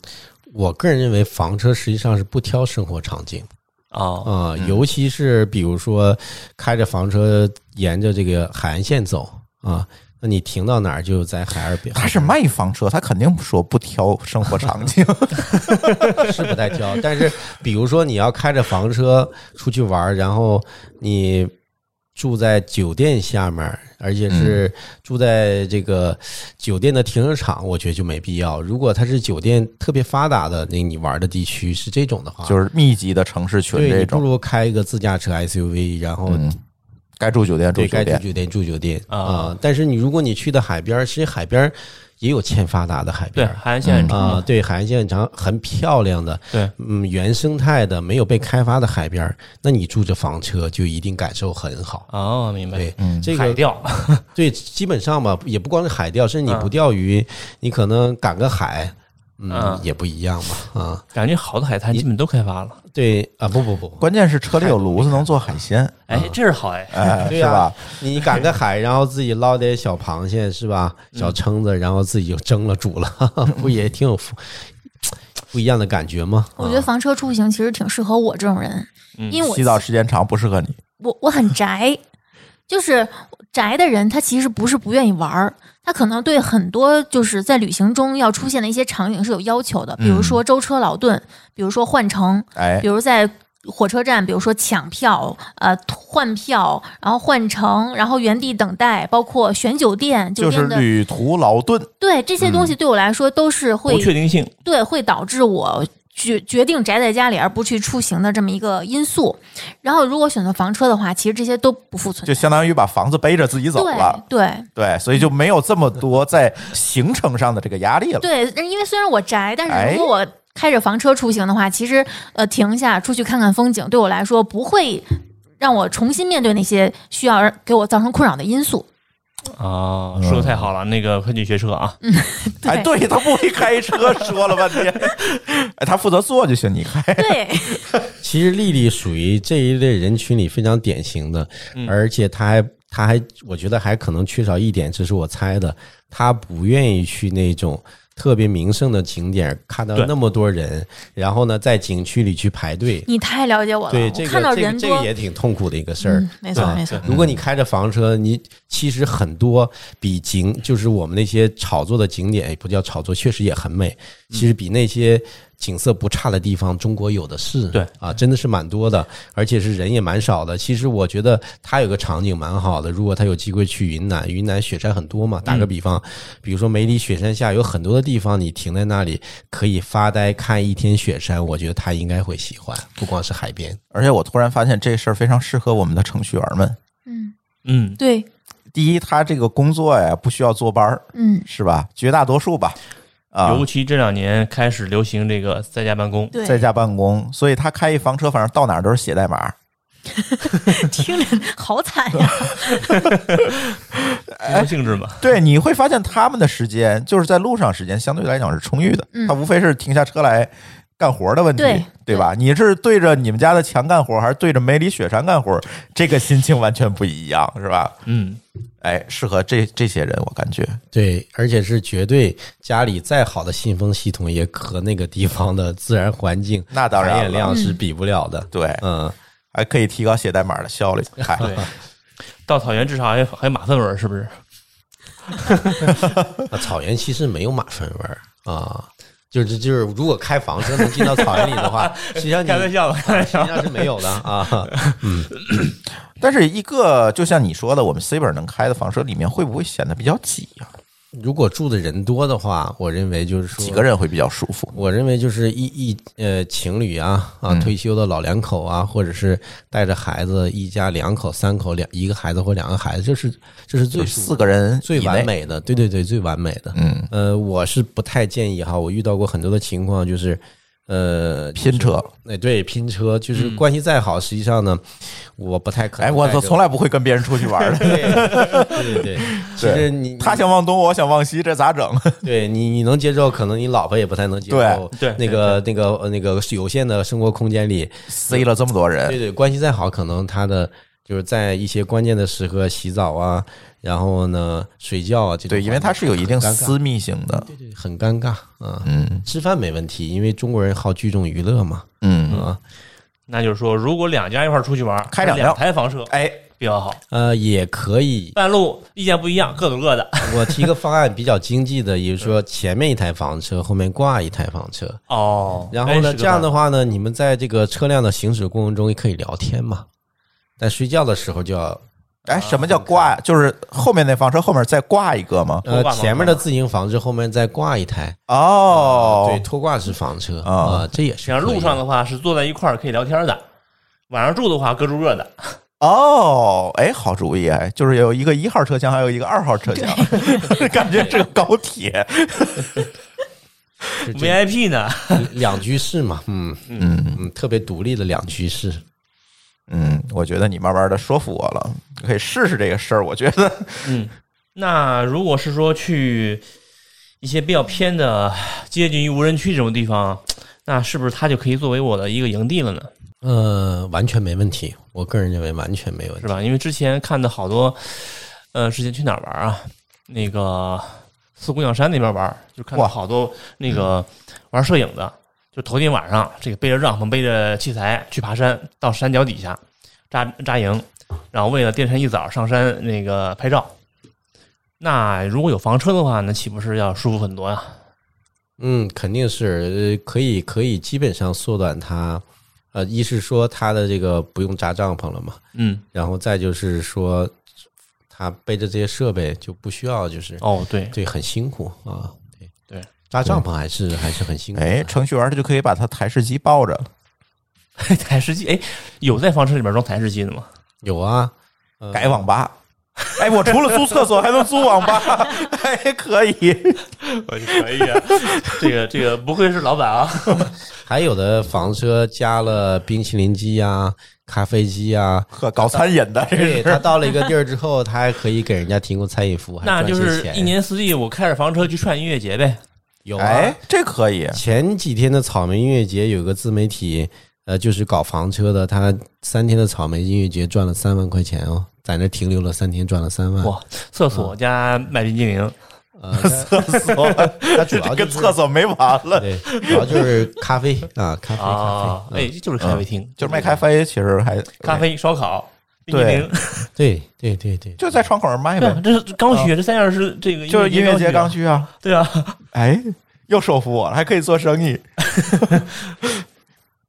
我个人认为房车实际上是不挑生活场景啊啊、尤其是比如说开着房车沿着这个海岸线走啊，那你停到哪儿就在海岸边，他是卖房车，他肯定不说不挑生活场 景。是不太挑。但是比如说你要开着房车出去玩儿，然后你住在酒店下面儿，而且嗯是住在这个酒店的停车场，我觉得就没必要。如果它是酒店特别发达的那你玩儿的地区是这种的话，就是密集的城市群对这你不种，如开一个自驾车 SUV，然后嗯，该住酒店住嗯对酒该住店，酒店住酒店啊啊。但是你如果你去的海边儿，其实海边儿也有欠发达的海对，边儿。海岸线很长啊，嘛。对，海岸线很长，很漂亮的，对，嗯，原生态的，没有被开发的海边儿，那你住着房车就一定感受很好。哦，明白。对，嗯这海个钓，对，基本上吧，也不光是海钓，甚至你嗯不钓鱼，你可能赶个海，嗯嗯，也不一样嘛。啊，感觉好的海滩基本都开发了。对啊，不不不，关键是车里有炉子能做海鲜，哎，这是好哎。哎， 对是呀、吧？你赶个海，然后自己捞点小螃蟹是吧？嗯小蛏子，然后自己就蒸了煮了， 哈哈不也挺有福不一样的感觉吗？我觉得房车出行其实挺适合我这种人，因为我嗯洗澡时间长不适合你，我我很宅，就是宅的人，他其实不是不愿意玩儿，他可能对很多就是在旅行中要出现的一些场景是有要求的，比如说舟车劳顿，比如说换乘，嗯哎比，如在火车站，比如说抢票、呃换票，然后换乘，然后原地等待，包括选酒店，酒就是店的旅嗯途劳顿，对这些东西对我来说都是会不确定性，对，会导致我决决定宅在家里而不去出行的这么一个因素。然后，如果选择房车的话，其实这些都不复存就相当于把房子背着自己走对了。对对，所以就没有这么多在行程上的这个压力了。对，但是因为虽然我宅，但哎是如果我开着房车出行的话，其实呃停下出去看看风景，对我来说不会让我重新面对那些需要让给我造成困扰的因素。啊，说的太好了，那个快去学车啊！哎，对他不会开车，说了半天， 哎，他负责坐就行，你开。 对，其实丽丽属于这一类人群里非常典型的，而且她还她还我觉得还可能缺少一点，这是我猜的，她不愿意去那种。特别名胜的景点，看到对那么多人，然后呢，在景区里去排队，你太了解我了，对我这看到个这人个多，这个也挺痛苦的一个事儿嗯。，没错啊没错，如果你开着房车，你其实很多比景，就是我们那些炒作的景点，也不叫炒作，确实也很美。其实比那些景色不差的地方，中国有的是。对啊，真的是蛮多的，而且是人也蛮少的。其实我觉得它有个场景蛮好的，如果他有机会去云南，云南雪山很多嘛。打个比方，比如说梅里雪山下有很多的地方，你停在那里可以发呆看一天雪山，我觉得他应该会喜欢，不光是海边。而且我突然发现这事儿非常适合我们的程序员们。嗯，嗯，对，第一，他这个工作呀不需要坐班儿，嗯，是吧？绝大多数吧，啊，尤其这两年开始流行这个在家办公，对，在家办公，所以他开一房车，反正到哪儿都是写代码。 听着好惨呀。工作性质嘛，对，你会发现他们的时间就是在路上时间相对来讲是充裕的，嗯他无非是停下车来干活的问题，对吧？你是对着你们家的墙干活，还是对着梅里雪山干活？这个心情完全不一样，是吧？嗯，哎，适合这这些人，我感觉对，而且是绝对家里再好的信封系统，也和那个地方的自然环境 那当然含氧了量是比不了的。对，嗯，还可以提高写代码的效率。嗨，对。到草原至少还有还有马粪味儿，是不是？啊草原其实没有马粪味儿啊，就是就是，如果开房车能进到草原里 的话，实际上你开玩实笑的， 开玩际笑。上是没有的啊。但是一个就像你说的，我们 C 本能开的房车里面会不会显得比较挤啊呀、如果住的人多的话，我认为就是说几个人会比较舒服？我认为就是一一呃情侣啊啊嗯退休的老两口啊，或者是带着孩子一家两口三口两一个孩子或两个孩子，这是这是最就舒服四个人最以完内，美的，对对对，最完美的。嗯，呃，我是不太建议哈，我遇到过很多的情况，就是呃，拼车。哎，对，拼车就是嗯关系再好，实际上呢，我不太可能带哎，着。我从来不会跟别人出去玩 的。对对对 对，其实你他想往东，我想往西，这咋整？对你你能接受，可能你老婆也不太能接受。对对那个那个呃那个有限的生活空间里，塞了这么多人对，对，关系再好，可能他的就是在一些关键的时刻洗澡啊，然后呢睡觉啊，这种对，因为它是有一定很尴尬私密性的。对对很尴尬啊。嗯吃饭没问题，因为中国人好聚众娱乐嘛。嗯，啊，那就是说，如果两家一块儿出去玩，开两辆台房车哎，比较好。呃，也可以。半路意见不一样，各走各的。我提个方案比较经济的，也就是说前面一台房车，后面挂一台房车。哦，然后哎呢，是个这样办的话呢，你们在这个车辆的行驶过程中也可以聊天嘛。但睡觉的时候就要，哎，什么叫挂？就是后面那房车后面再挂一个吗？拖呃挂，房前面的车嘛自行房车后面再挂一台，哦，对，拖挂式房车啊啊，这也实是际上可以路上的话是坐在一块儿可以聊天的，晚上住的话各住各的。哦，哎，好主意哎，就是有一个一号车厢，还有一个二号车厢， 感觉这个高铁，是这 VIP 呢？ 两居室嘛，嗯嗯嗯，特别独立的两居室，嗯，我觉得你慢慢的说服我了，可以试试这个事儿。我觉得，嗯，那如果是说去一些比较偏的、接近于无人区这种地方，那是不是它就可以作为我的一个营地了呢？呃，完全没问题，我个人认为完全没问题。是吧？因为之前看的好多，呃，之前去哪儿玩啊？那个四姑娘山那边玩，就看到哇好多那个玩摄影的，就头天晚上这个背着帐篷、背着器材去爬山，到山脚底下扎扎营，然后为了第二天一早上山那个拍照。那如果有房车的话，那岂不是要舒服很多啊呀、嗯，肯定是呃，可以可以基本上缩短它，呃，一是说它的这个不用扎帐篷了嘛，嗯，然后再就是说，他背着这些设备就不需要，就是哦，对， 这很辛苦啊。对对，搭帐篷还是还是很辛 苦。哎，，程序员就可以把他台式机抱着，台式机，哎，有在房车里面装台式机的吗？有啊，改网吧。嗯哎，我除了租厕所，还能租网吧， 哎，可以。我可以啊， 这个这个不愧是老板啊。还有的房车加了冰淇淋机啊、咖啡机 啊。呵，搞餐饮的这对是。他到了一个地儿之后，他还可以给人家提供餐饮服务，还那就赚些是钱一年四季我开着房车去串音乐节呗。有 啊。哎，这可以。前几天的草莓音乐节有个自媒体，呃，就是搞房车的，他三天的草莓音乐节赚了三万块钱哦，在那停留了三天，赚了三万。哇厕嗯所加卖冰激凌，呃，厕所，他主这要跟就厕是所没完了，对，主要就是咖啡啊，咖啡咖啊，啡，哎，这就是咖啡厅，嗯就是卖咖啡，其实还咖，啡、烧烤、冰激凌。对对对对，就在窗口上卖对 呗 啊，。这是刚需，这三样是这个嗯就是音乐节刚需。需啊。对啊，哎，又说服我了，还可以做生意。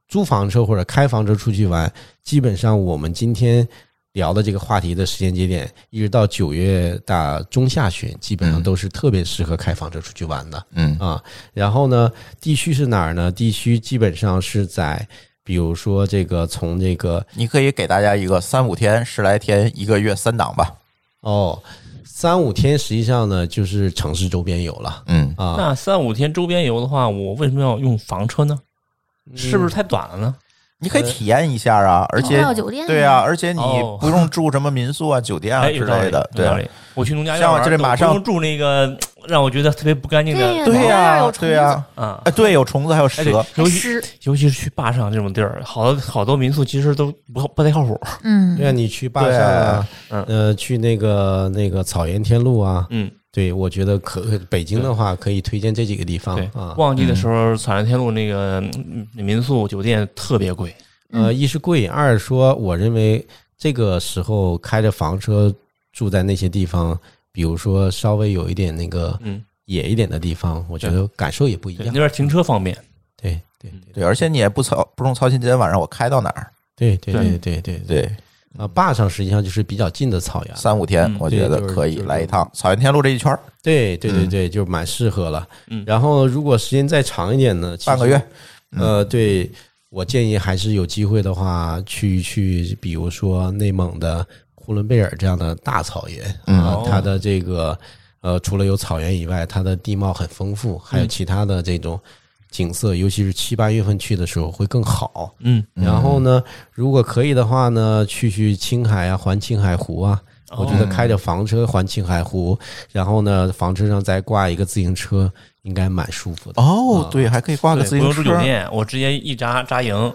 租房车或者开房车出去玩，基本上我们今天聊的这个话题的时间节点，一直到九月大中下旬，基本上都是特别适合开房车出去玩的嗯啊。然后呢，地区是哪儿呢？地区基本上是在，比如说这个从这个你可以给大家一个三五天、十来天、一个月三档吧。哦三五天，实际上呢就是城市周边有了嗯，啊。那三五天周边游的话，我为什么要用房车呢？嗯是不是太短了呢？你呃可以体验一下啊，而且哦还有酒店对啊，而且你哦不用住什么民宿啊、酒店啊哎，之有道类理的，对有啊道理。我去农家院像玩我儿，这里都马不上用住那个让我觉得特别不干净对呀的对对呀呀、有虫子对呀、啊哎，。对，有虫子，还有哎对蛇。尤还其湿，尤其是去坝上这种地儿，好好多民宿其实都不不太靠谱。嗯，对啊，你去坝上啊，对嗯呃，去那个那个草原天路啊，嗯，对，我觉得可北京的话可以推荐这几个地方对啊，。旺季的时候，草原天路那个嗯民宿酒店特别贵。呃，一是贵，二是说我认为这个时候开着房车住在那些地方，比如说稍微有一点那个嗯，野一点的地方，我觉得感受也不一对，样那。边停车方便。对对对，而且你也不操不用操心今天晚上我开到哪儿。对对对对对对对对，啊，坝上实际上就是比较近的草原，三五天嗯我觉得啊对就是可以就是来一趟草原天路这一圈儿，对对对嗯对，就蛮适合了。嗯然后如果时间再长一点呢，其实半个月。呃，对我建议还是有机会的话，去去，比如说内蒙的呼伦贝尔这样的大草原啊、嗯它的这个呃，除了有草原以外，它的地貌很丰富，还有嗯其他的这种景色，尤其是七八月份去的时候会更好。嗯，然后呢，如果可以的话呢，去去青海啊，环青海湖啊。我哦觉得开着房车环青海湖，然后呢，房车上再挂一个自行车，应该蛮舒服的。哦，对，还可以挂对个自不行用住车，酒店，我直接一扎扎营，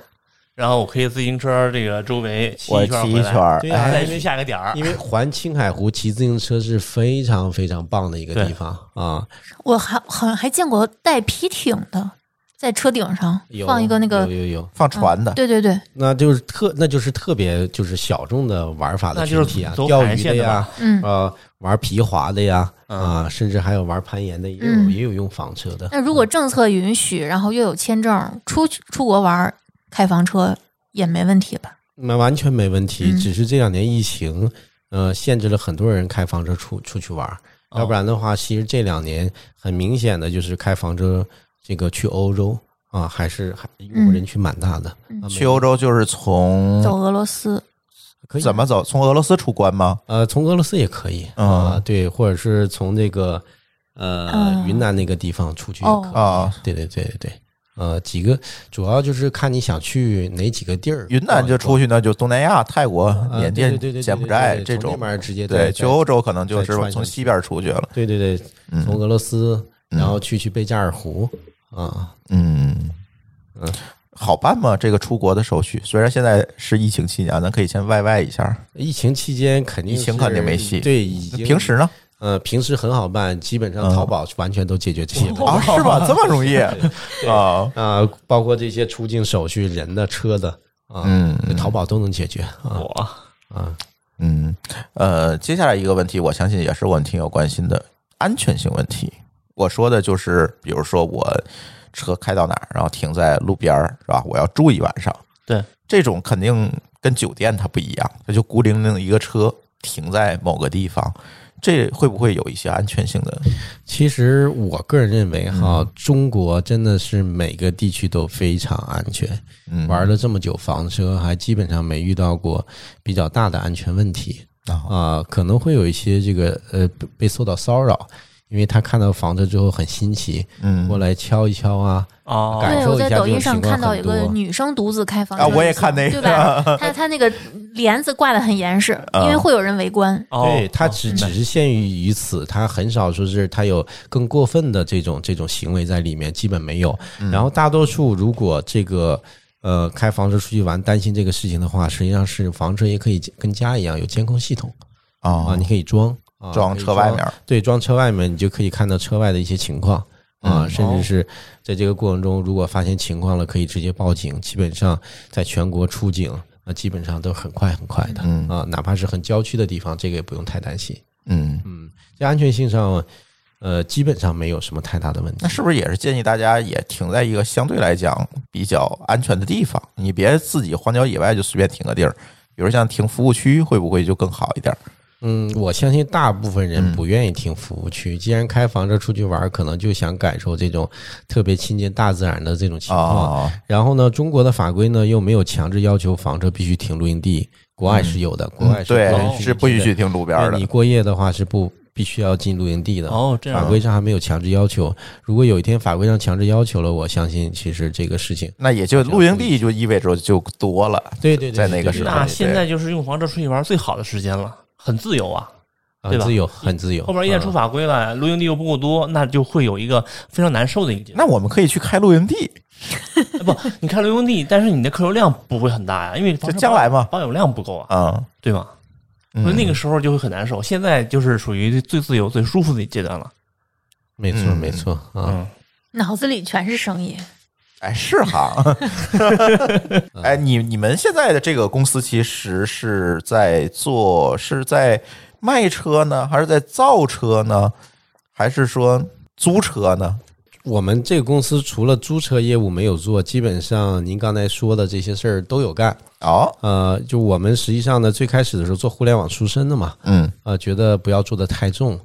然后我可以自行车这个周围骑我一骑圈一回圈来，儿，对然啊后哎再去下一个点儿。因为环青海湖骑自行车是非常非常棒的一个地方啊，我还好像还见过带皮艇的，在车顶上有放一个那个有，有有，放船的。嗯对对对，那就是特那就是特别就是小众的玩法的那群就是体啊，走钓海鱼线的嗯呀，嗯。呃，玩皮划的呀，啊，甚至还有玩攀岩的，也有嗯也有用房车的。那如果政策允许，然后又有签证，出去出国玩儿开房车也没问题吧？那完全没问题，嗯只是这两年疫情，呃，限制了很多人开房车出出去玩儿，要不然的话，其实这两年很明显的就是开房车这个去欧洲啊，还是还用户人群蛮大的。啊去欧洲就是嗯从走俄罗斯，可以怎么走？从俄罗斯出关吗？呃，从俄罗斯也可以啊、嗯对，或者是从那个呃、嗯云南那个地方出去也可以。啊，对对对对对，呃，几个主要就是看你想去哪几个地儿。云南就出去呢，就东南亚、泰国、啊缅对甸对对对、对柬埔对寨对这从种那。边直接对，去就欧洲可能就再是穿从上西边出去了。对对对，嗯从俄罗斯，然后去去贝加尔湖啊，嗯，好办吗？这个出国的手续，虽然现在是疫情期间，咱可以先 YY 一下。疫情期间肯定疫情是肯定没戏对，已经平时呢？嗯呃平时很好办，基本上淘宝完全都解决这些问题。啊，是吧？这么容易啊？ 啊、包括这些出境手续、人的、车的啊，嗯这淘宝都能解决啊我啊。嗯，呃，接下来一个问题，我相信也是我们挺有关心的安全性问题。我说的就是，比如说我车开到哪儿，然后停在路边儿，是吧？我要住一晚上，对，这种肯定跟酒店它不一样，它就孤零零的一个车停在某个地方，这会不会有一些安全性的？其实我个人认为哈，嗯中国真的是每个地区都非常安全。嗯，玩了这么久房车，还基本上没遇到过比较大的安全问题啊啊、可能会有一些这个呃被被受到骚扰，因为他看到房车之后很新奇，嗯过来敲一敲啊，哦，感对受我一下在这抖种音上情况看到很有个多女生独自开房车啊我也看那个对 吧？她她那个帘子挂的很严实，啊因为会有人围观。哦对他只只是限于于此，他很少说是他有更过分的这种这种行为在里面，基本没有。然后大多数如果这个呃开房车出去玩担心这个事情的话，实际上是房车也可以跟家一样有监控系统啊， 啊你，可以装啊装可以车外面儿，对，装车外面你就可以看到车外的一些情况啊，嗯甚至是在这个过程中，如果发现情况了，可以直接报警。基本上在全国出警，那基本上都很快很快的、嗯啊，哪怕是很郊区的地方，这个也不用太担心。嗯在安全性上，呃，基本上没有什么太大的问题那。是不是也是建议大家也停在一个相对来讲比较安全的地方？你别自己荒郊野外就随便停个地儿，比如像停服务区，会不会就更好一点？嗯，我相信大部分人嗯不愿意听服务区，既然开房车出去玩儿，可能就想感受这种特别亲近大自然的这种情况。哦，然后呢，中国的法规呢又没有强制要求房车必须停露营地，国外是有的，国外嗯是对，是不允停许停路边的儿对的你。过夜的话是不必须要进露营地的。哦，这法样规上还没有强制要求，如果有一天法规上强制要求了，我相信其实这个事情，那也就露营地就意味着就多了，对对对在那个对时对候那对，现在就是用房车出去玩最好的时间了，很自由啊。啊对吧自由很自由。后边一旦出嗯法规了，露营地又不够多，那就会有一个非常难受的一点。那我们可以去开露营地，你看露营地，但是你的客流量不会很大呀，因为就将来嘛保有量不够啊，嗯，对吗？嗯所以那个时候就会很难受。现在就是属于最自由、最舒服的阶段了。没错嗯没错啊。嗯，脑子里全是生意。哎，是哈， 哎，你你们现在的这个公司其实是在做，是在卖车呢，还是在造车呢，还是说租车呢？我们这个公司除了租车业务没有做，基本上您刚才说的这些事儿都有干。哦，呃，就我们实际上呢，最开始的时候做互联网出身的嘛，嗯，呃，觉得不要做的太重，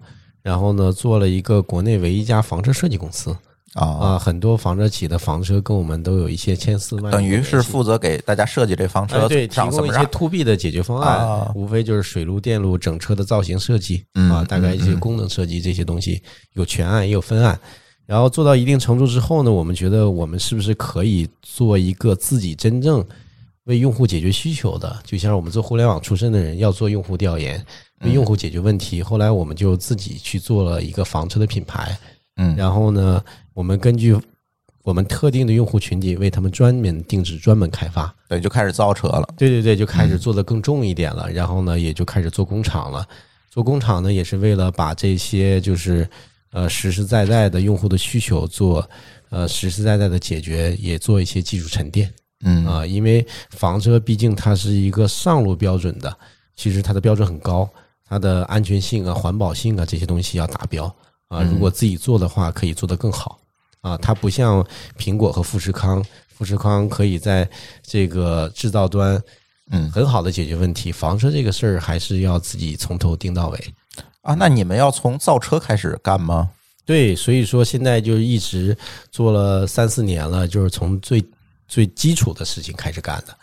然后呢，做了一个国内唯一一家房车设计公司啊、啊、很多房车企的房车跟我们都有一些千丝万缕的等于是联系负责给大家设计这房啊哎车对提长什供一么些样。 to B 的解决方案，啊无非就是水路、电路、整车的造型设计、嗯啊，大概一些嗯嗯功能设计这些东西，有全案也有分案。然后做到一定程度之后呢，我们觉得我们是不是可以做一个自己真正为用户解决需求的？就像我们做互联网出身的人要做用户调研，嗯为用户解决问题。后来我们就自己去做了一个房车的品牌，嗯然后呢，我们根据我们特定的用户群体，为他们专门定制、专门开发。对，就开始造车了。对对对，就嗯开始做的更重一点了，然后呢，也就开始做工厂了。做工厂呢，也是为了把这些就是呃实实在在的用户的需求做呃实实在在的解决，也做一些技术沉淀嗯啊、因为房车毕竟它是一个上路标准的，其实它的标准很高，它的安全性啊、环保性啊这些东西要达标啊、嗯如果自己做的话，可以做得更好啊、它不像苹果和富士康，富士康可以在这个制造端。嗯很好的解决问题。房车这个事儿还是要自己从头定到尾。啊，那你们要从造车开始干吗？对，所以说现在就是一直做了三四年了，就是从最最基础的事情开始干的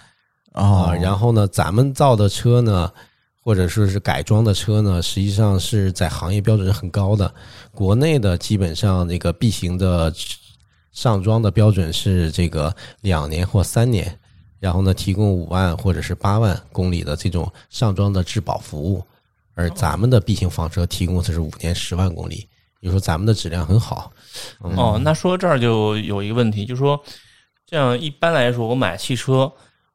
啊、啊然后呢，咱们造的车呢，或者说是改装的车呢，实际上是在行业标准很高的。国内的基本上那个 B 型的上装的标准是这个两年或三年，然后呢提供五万或者是八万公里的这种上装的质保服务，而咱们的 B 型房车提供的是五年十万公里，也就是说咱们的质量很好。哦，那说到这儿就有一个问题，就是说，这样一般来说，我买汽车，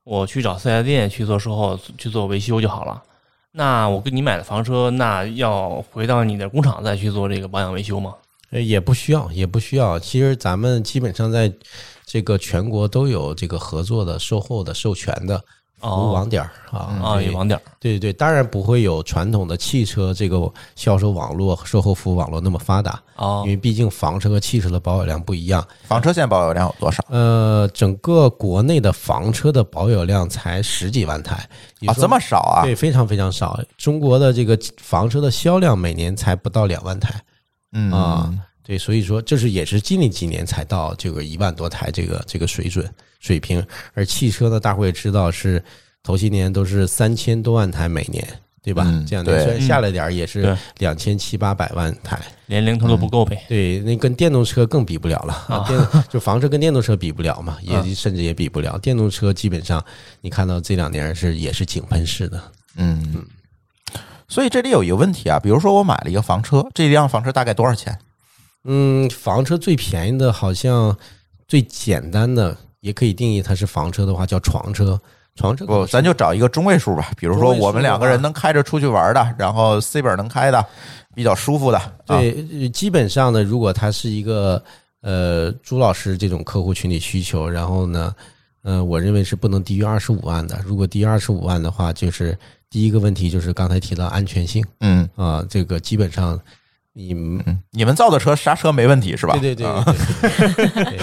我去找四 S 店去做售后、去做维修就好了。那我跟你买的房车，那要回到你的工厂再去做这个保养维修吗？呃，也不需要，也不需要。其实咱们基本上在这个全国都有这个合作的、售后的、授权的服务哦网点儿啊啊，对有网点儿对对，当然不会有传统的汽车这个销售网络、售后服务网络那么发达，哦因为毕竟房车和汽车的保有量不一样。房车现在保有量有多少呃，整个国内的房车的保有量才十几万台也啊？就是说这么少啊？对，非常非常少。中国的这个房车的销量每年才不到两万台，嗯啊对，所以说这是也是近历几年才到这个一万多台这个这个水准水平，而汽车呢，大伙也知道是头些年都是三千多万台每年，对吧？嗯这两对年虽然下来点儿，也对是两千七八百万台。连零头都不够呗。对，那跟电动车更比不了了啊！电就房车跟电动车比不了嘛，也甚至也比不了。电动车基本上，你看到这两年是也是井喷式的，嗯，所以这里有一个问题啊，比如说我买了一个房车，这辆房车大概多少钱？嗯，房车最便宜的，好像最简单的，也可以定义它是房车的话，叫床车。床车可能不，咱就找一个中位数吧。比如中说位数啊的我们两个人能开着出去玩的，然后 C 本能开的，比较舒服的。啊，对，呃基本上呢，如果他是一个呃朱老师这种客户群体需求，然后呢，呃，我认为是不能低于二十五万的。如果低于二十五万的话，就是第一个问题就是刚才提到安全性嗯啊、这个基本上你你们造的车刹车没问题是嗯吧？啊对对 对对对 对，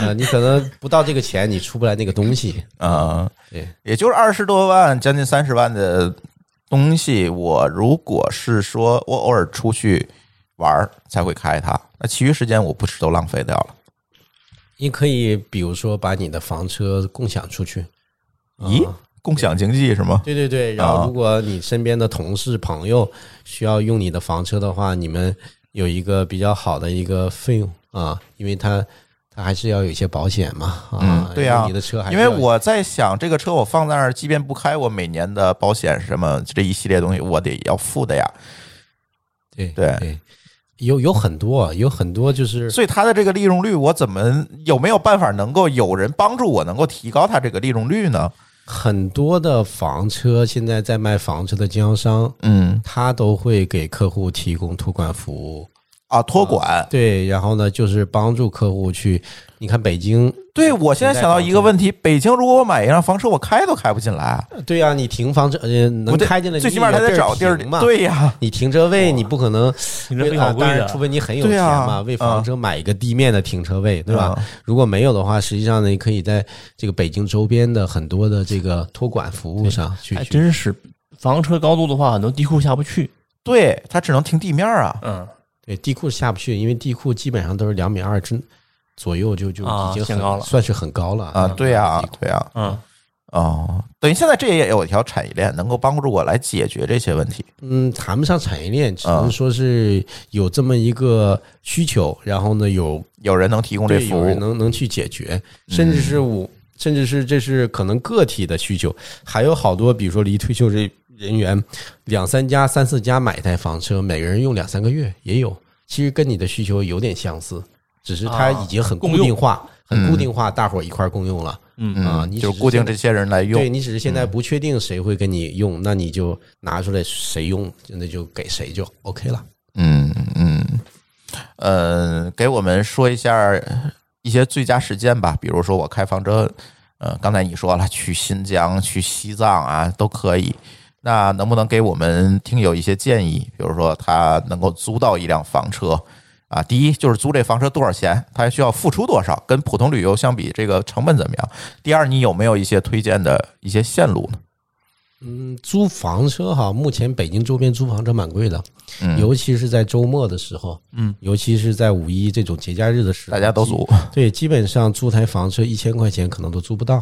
呃，你可能不到这个钱，你出不来那个东西。嗯，对，也就是二十多万，将近三十万的东西，我如果是说我偶尔出去玩儿才会开它，那其余时间我不是都浪费掉了？你可以比如说把你的房车共享出去。咦，共享经济是吗？嗯对对对，然后如果你身边的同事朋友需要用你的房车的话，你们有一个比较好的一个费用啊，因为它它还是要有一些保险嘛啊嗯，对呀然后你的车还是因要为我在想，这个车我放那儿，即便不开，我每年的保险什么这一系列东西，我得要付的呀。对对对，有有很多啊有很多就是所以它的这个利润率，我怎么有没有办法能够有人帮助我，能够提高它这个利润率呢？很多的房车现在在卖房车的经销商，嗯，他都会给客户提供托管服务。啊，托管。对，然后呢，就是帮助客户去，你看北京，对，我现在想到一个问题：北京如果我买一辆房车，我开都开不进来，对呀、你停房车，呃，能我得开进来，最你起码有他得找地地儿儿停嘛。，对呀，你停车位你不可能，停车位为啊好贵当然的除非你很有钱对嘛，啊为房车买一个地面的停车位，对吧？嗯如果没有的话，实际上呢，你可以在这个北京周边的很多的这个托管服务上去哎还去哎真是。房车高度的话，很多地库下不去。对，它只能停地面啊。嗯，对，地库下不去，因为地库基本上都是两米二之左右就就啊已经限很、高了算是很高了啊，对呀嗯地库，对呀，嗯，哦，等于现在这也有一条产业链能够帮助我来解决这些问题。嗯，谈不上产业链，啊只能说是有这么一个需求，然后呢有有人能提供这对服有人务，能能去解决，甚至是我，甚至是这是可能个体的需求，还有好多比如说离退休人人员两三家、三四家买一台房车，每个人用两三个月也有，其实跟你的需求有点相似，只是它啊已经很共固用定化，很固嗯定化，大伙儿一块儿共用了。嗯啊嗯，你只就是固定现在这些人来用对。你只是现在不确定谁会跟你用，那你就拿出来谁用，那就给谁就 OK 了。嗯嗯，呃，给我们说一下呃一些最佳实践吧，比如说我开房车，呃，刚才你说了去新疆、去西藏啊都可以，那能不能给我们听友一些建议？比如说他能够租到一辆房车。啊，第一就是租这房车多少钱，他需要付出多少，跟普通旅游相比，这个成本怎么样？第二，你有没有一些推荐的一些线路呢？嗯，租房车哈，目前北京周边租房车蛮贵的，嗯尤其是在周末的时候，嗯，尤其是在五一这种节假日的时候，大家都租，对，基本上租台房车一千块钱可能都租不到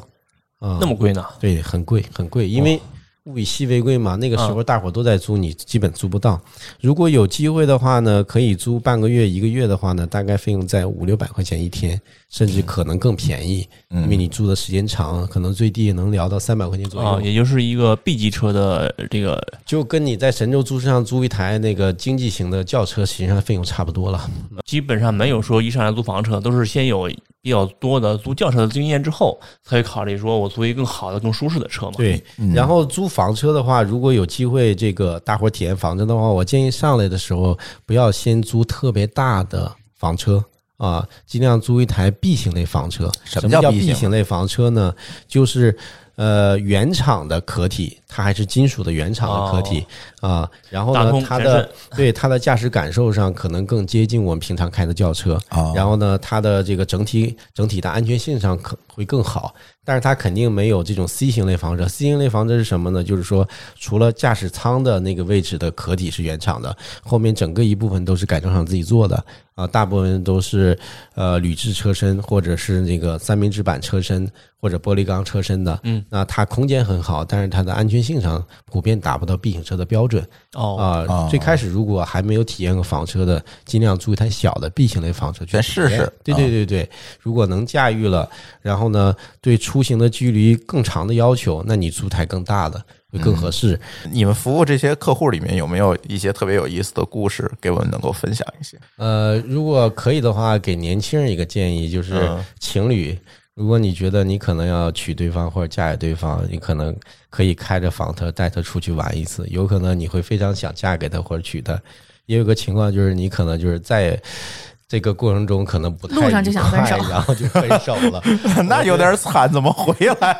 啊，那么贵呢？对，很贵很贵，因哦为物以稀为贵嘛，那嗯个时候大伙都在租，你基本租不到。如果有机会的话呢，可以租半个月、一个月的话呢，大概费用在五六百块钱一天，甚嗯至可能更便宜，因为你租的时间长，可能最低也能聊到三百块钱左右。哦啊，也就是一个 B 级车的这个就跟你在神州租车上租一台那个经济型的轿车，实际上费用差不多了。基本上没有说一上来租房车，都是先有比较多的租轿车的经验之后，才会考虑说我租一个更好的、更舒适的车嘛。，对，嗯然后租房车的话，如果有机会这个大伙儿体验房车的话，我建议上来的时候不要先租特别大的房车。啊，尽量租一台 B 型类房车。什么么叫 B 型 B 型类房车呢？就是呃原厂的壳体，它还是金属的原厂的壳体啊。然后大呢通，它全的顺对它的驾驶感受上可能更接近我们平常开的轿车。啊然后呢，它的这个整体整体的安全性上可会更好，但是它肯定没有这种 C 型类房车。C 型类房车是什么呢？就是说，除了驾驶舱的那个位置的壳体是原厂的，后面整个一部分都是改装厂自己做的啊，大部分都是呃铝制车身或者是那个三明治板车身或者玻璃钢车身的。嗯，那它空间很好，但是它的安全性上普遍达不到 B 型车的标准。哦，啊、最开始如果还没有体验过房车的，尽量租一台小的 B 型类房车去哎先试体验试对啊对对对，如果能驾驭了，然后呢，对出行的距离更长的要求，那你租台更大的会嗯更合适。你们服务这些客户里面有没有一些特别有意思的故事给我们能够分享一些？ 呃，如果可以的话，给年轻人一个建议，就是嗯情侣，如果你觉得你可能要娶对方或者嫁给对方，你可能可以开着房车带他出去玩一次，有可能你会非常想嫁给他或者娶他。也有个情况就是你可能就是再这个过程中可能不太路上就想分手愉快然后就分手 了。那有点惨，怎么回 来？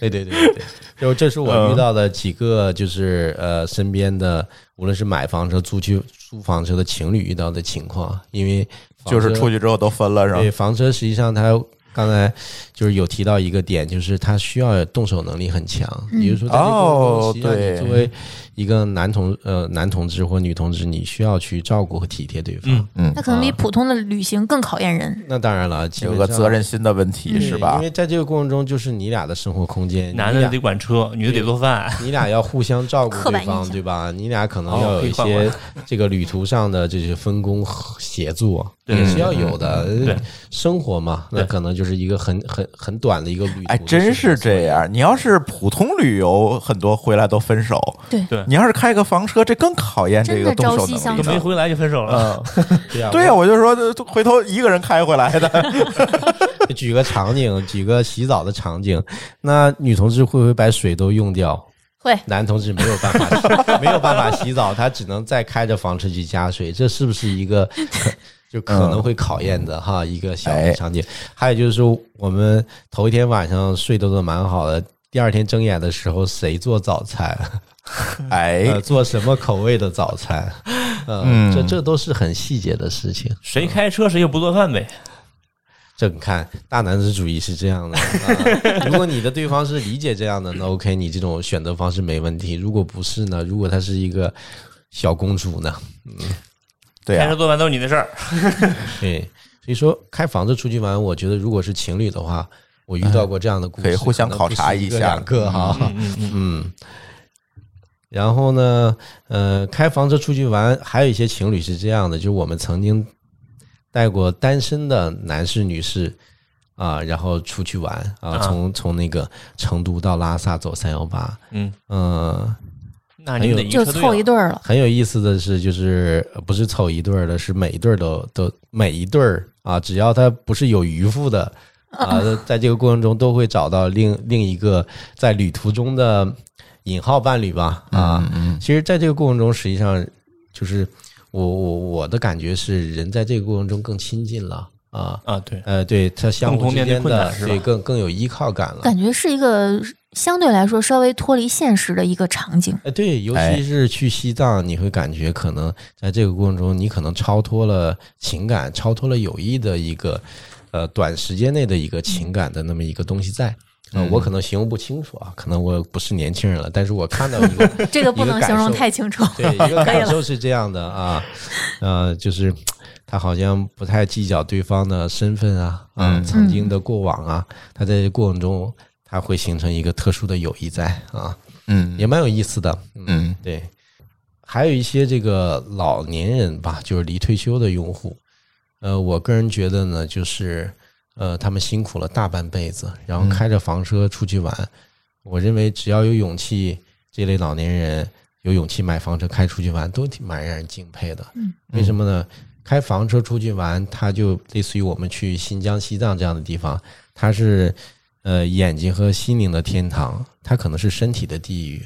对对对对对，就这是我遇到的几个，就是呃，身边的无论是买房车、租去租房车的情侣遇到的情况，因为房就是车出去之后都分了，是吧对？房车实际上它。刚才就是有提到一个点，就是它需要动手能力很强，也就是说，在这个过程中，哦实际上对你作为一个男同呃男同志或女同志，你需要去照顾和体贴对方。嗯那可能啊比普通的旅行更考验人。那当然了，基有本个上责任心的问题，是对吧因？为在这个过程中，就是你俩的生活空间，男你的俩得管车，女的得做饭， 你俩要互相照顾刻对板印方，象对吧？你俩可能要哦有可以一换些这个旅途上的这些分工和协作，对嗯也是要有的。呃对生活嘛，那对可能就是一个很很很短的一个旅途。哎，真是这。样。你要是普通旅游，很多回来都分手；对，对你要是开个房车，这更考验这个动手真的朝夕能相力都处了。没回来就分手了。嗯，对啊呀、对啊呀、我就说这回头一个人开回来的， 我举个场景，举个洗澡的场景，那女同志会不会把水都用掉？会男同志没有办法 洗，没有办法洗澡，他只能再开着房车去加水，这是不是 一个可就可能会考验的哈一个小哎的场景？还有就是说，我们头一天晚上睡得都蛮好的，第二天睁眼的时候，谁做早餐？哎呃，，做什么口味的早餐？呃、嗯这这都是很细节的事情。谁开车谁就不做饭呗。这你看，大男子主义是这样的。啊如果你的对方是理解这样的，那 OK，你这种选择方式没问题。如果不是呢？如果她是一个小公主呢？对啊开呀、车做饭都是你的事儿。对，所以说开房子出去玩，我觉得如果是情侣的话，我遇到过这样的故事，可以互相可能考不察是一一个下两个哈。嗯嗯，嗯，然后呢，呃，开房车出去玩，还有一些情侣是这样的，就是我们曾经带过单身的男士、女士啊、然后出去玩啊、啊从从那个成都到拉萨走三幺八，嗯，嗯，那你们得就车队啊凑一了对儿了。很有意思的是，就是呃不是凑一对儿的，是每一对儿都都每一对儿啊，只要他不是有渔夫的 啊，在这个过程中都会找到另另一个在旅途中的引号伴侣吧啊。嗯其实，在这个过程中，实际上就是我我我的感觉是，人在这个过程中更亲近了啊。啊，对，呃，对他相共互同之面对间困难的是吧对更更有依靠感嗯了。感觉是一个相对来说稍微脱离现实的一个 场景。呃，对，尤哎其是去西藏，你会感觉可能在这个过程中，你可能超脱了情感，超脱了友谊的一个，呃，短时间内的一个情感的那么一个东西在。呃，嗯我可能形容不清楚啊，可能我不是年轻人了，但是我看 到一个这个不能形容太楚。清楚。对，一个可以感了受是这样的啊，呃，就是他好像不太计较对方的身份啊，啊，嗯曾经的过往啊，他在这过程中，他会形成一个特殊的友谊在啊，嗯也蛮有意思的，嗯，对，还有一些这个老年人吧，就是离退休的用户，呃，我个人觉得呢，就是呃，他们辛苦了大半辈子，然后开着房车出去玩，我认为只要有勇气，这类老年人有勇气买房车开出去玩，都挺蛮让人敬佩的。嗯，为什么呢？开房车出去玩，它就类似于我们去新疆、西藏这样的地方，它是呃眼睛和心灵的天堂，它可能是身体的地狱。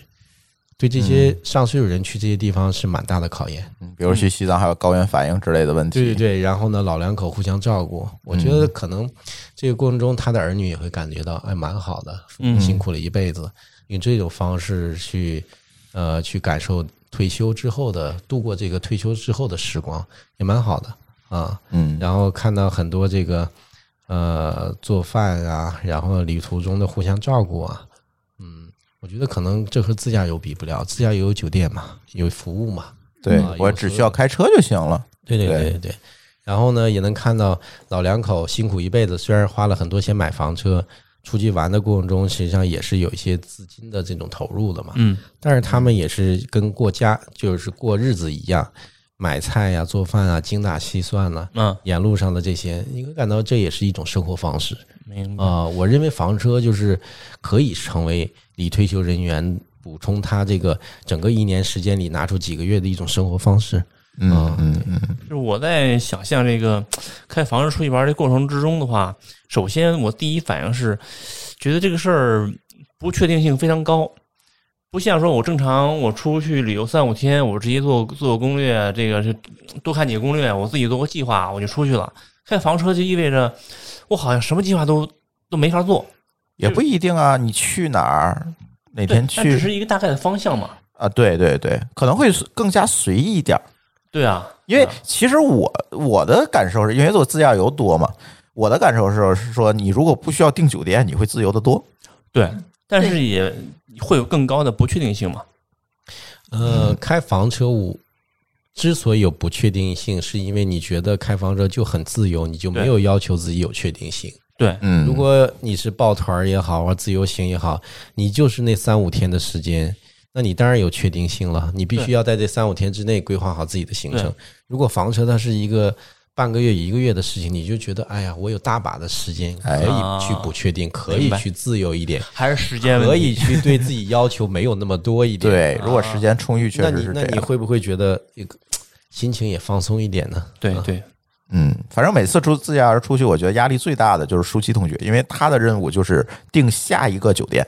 对这些上岁数人去这些地方是蛮大的考验。比如去西藏还有高原反应之类的问题，嗯对对对，然后呢，老两口互相照顾，我觉得可能这个过程中，他的儿女也会感觉到，哎，蛮好的，父母辛苦了一辈子，用这种方式去，呃，去感受退休之后的，度过这个退休之后的时光，也蛮好的啊。嗯，然后看到很多这个，呃，做饭啊，然后旅途中的互相照顾啊，嗯，我觉得可能这和自驾游比不了，自驾游有酒店嘛，有服务嘛，对啊有我只需时候要开车就行了。对对对对对对。然后呢，也能看到老两口辛苦一辈子，虽然花了很多钱买房车，出去玩的过程中，实际上也是有一些资金的这种投入的嘛。嗯，但是他们也是跟过家就是过日子一样，买菜呀、做饭啊、精打细算呐、嗯，沿路上的这些，你会感到这也是一种生活方式明白。啊、我认为房车就是可以成为离退休人员补充他这个整个一年时间里拿出几个月的一种生活方式。嗯啊嗯嗯，就是我在想象这个开房子出去玩的过程之中的话，首先我第一反应是觉得这个事儿不确定性非常高，不像说我正常我出去旅游三五天，我直接做做攻略，这个是多看几个攻略，我自己做个计划，我就出去了。开房车就意味着我好像什么计划都都没法做，也不一定啊。你去哪儿，哪对天，但只去是一个大概的方向嘛。啊？对对对，可能会更加随意一点儿。对啊，因为嗯对啊其实我我的感受是因为我自驾游多嘛，我的感受是是说，你如果不需要订酒店，你会自由的多。对，嗯但是也会有更高的不确定性嘛。呃，开房车我之所以有不确定性，是因为你觉得开房车就很自由，你就没有要求自己有确定性。对，嗯如果你是抱团儿也好，玩自由行也好，你就是那三五天的时间，那你当然有确定性了。你必须对要在这三五天之内规划好自己的行程对。如果房车它是一个半个月、一个月的事情，你就觉得哎呀，我有大把的时间可哎以去不确定，可以明白去自由一点，还是时间问可题。以去对自己要求没有那么多一点。对，如果时间充裕，确啊那实你是那这你样。会不会觉得这个心情也放松一点呢？啊对对，嗯，反正每次出自驾游出去，我觉得压力最大的就是舒淇同学，因为他的任务就是订下一个酒 店，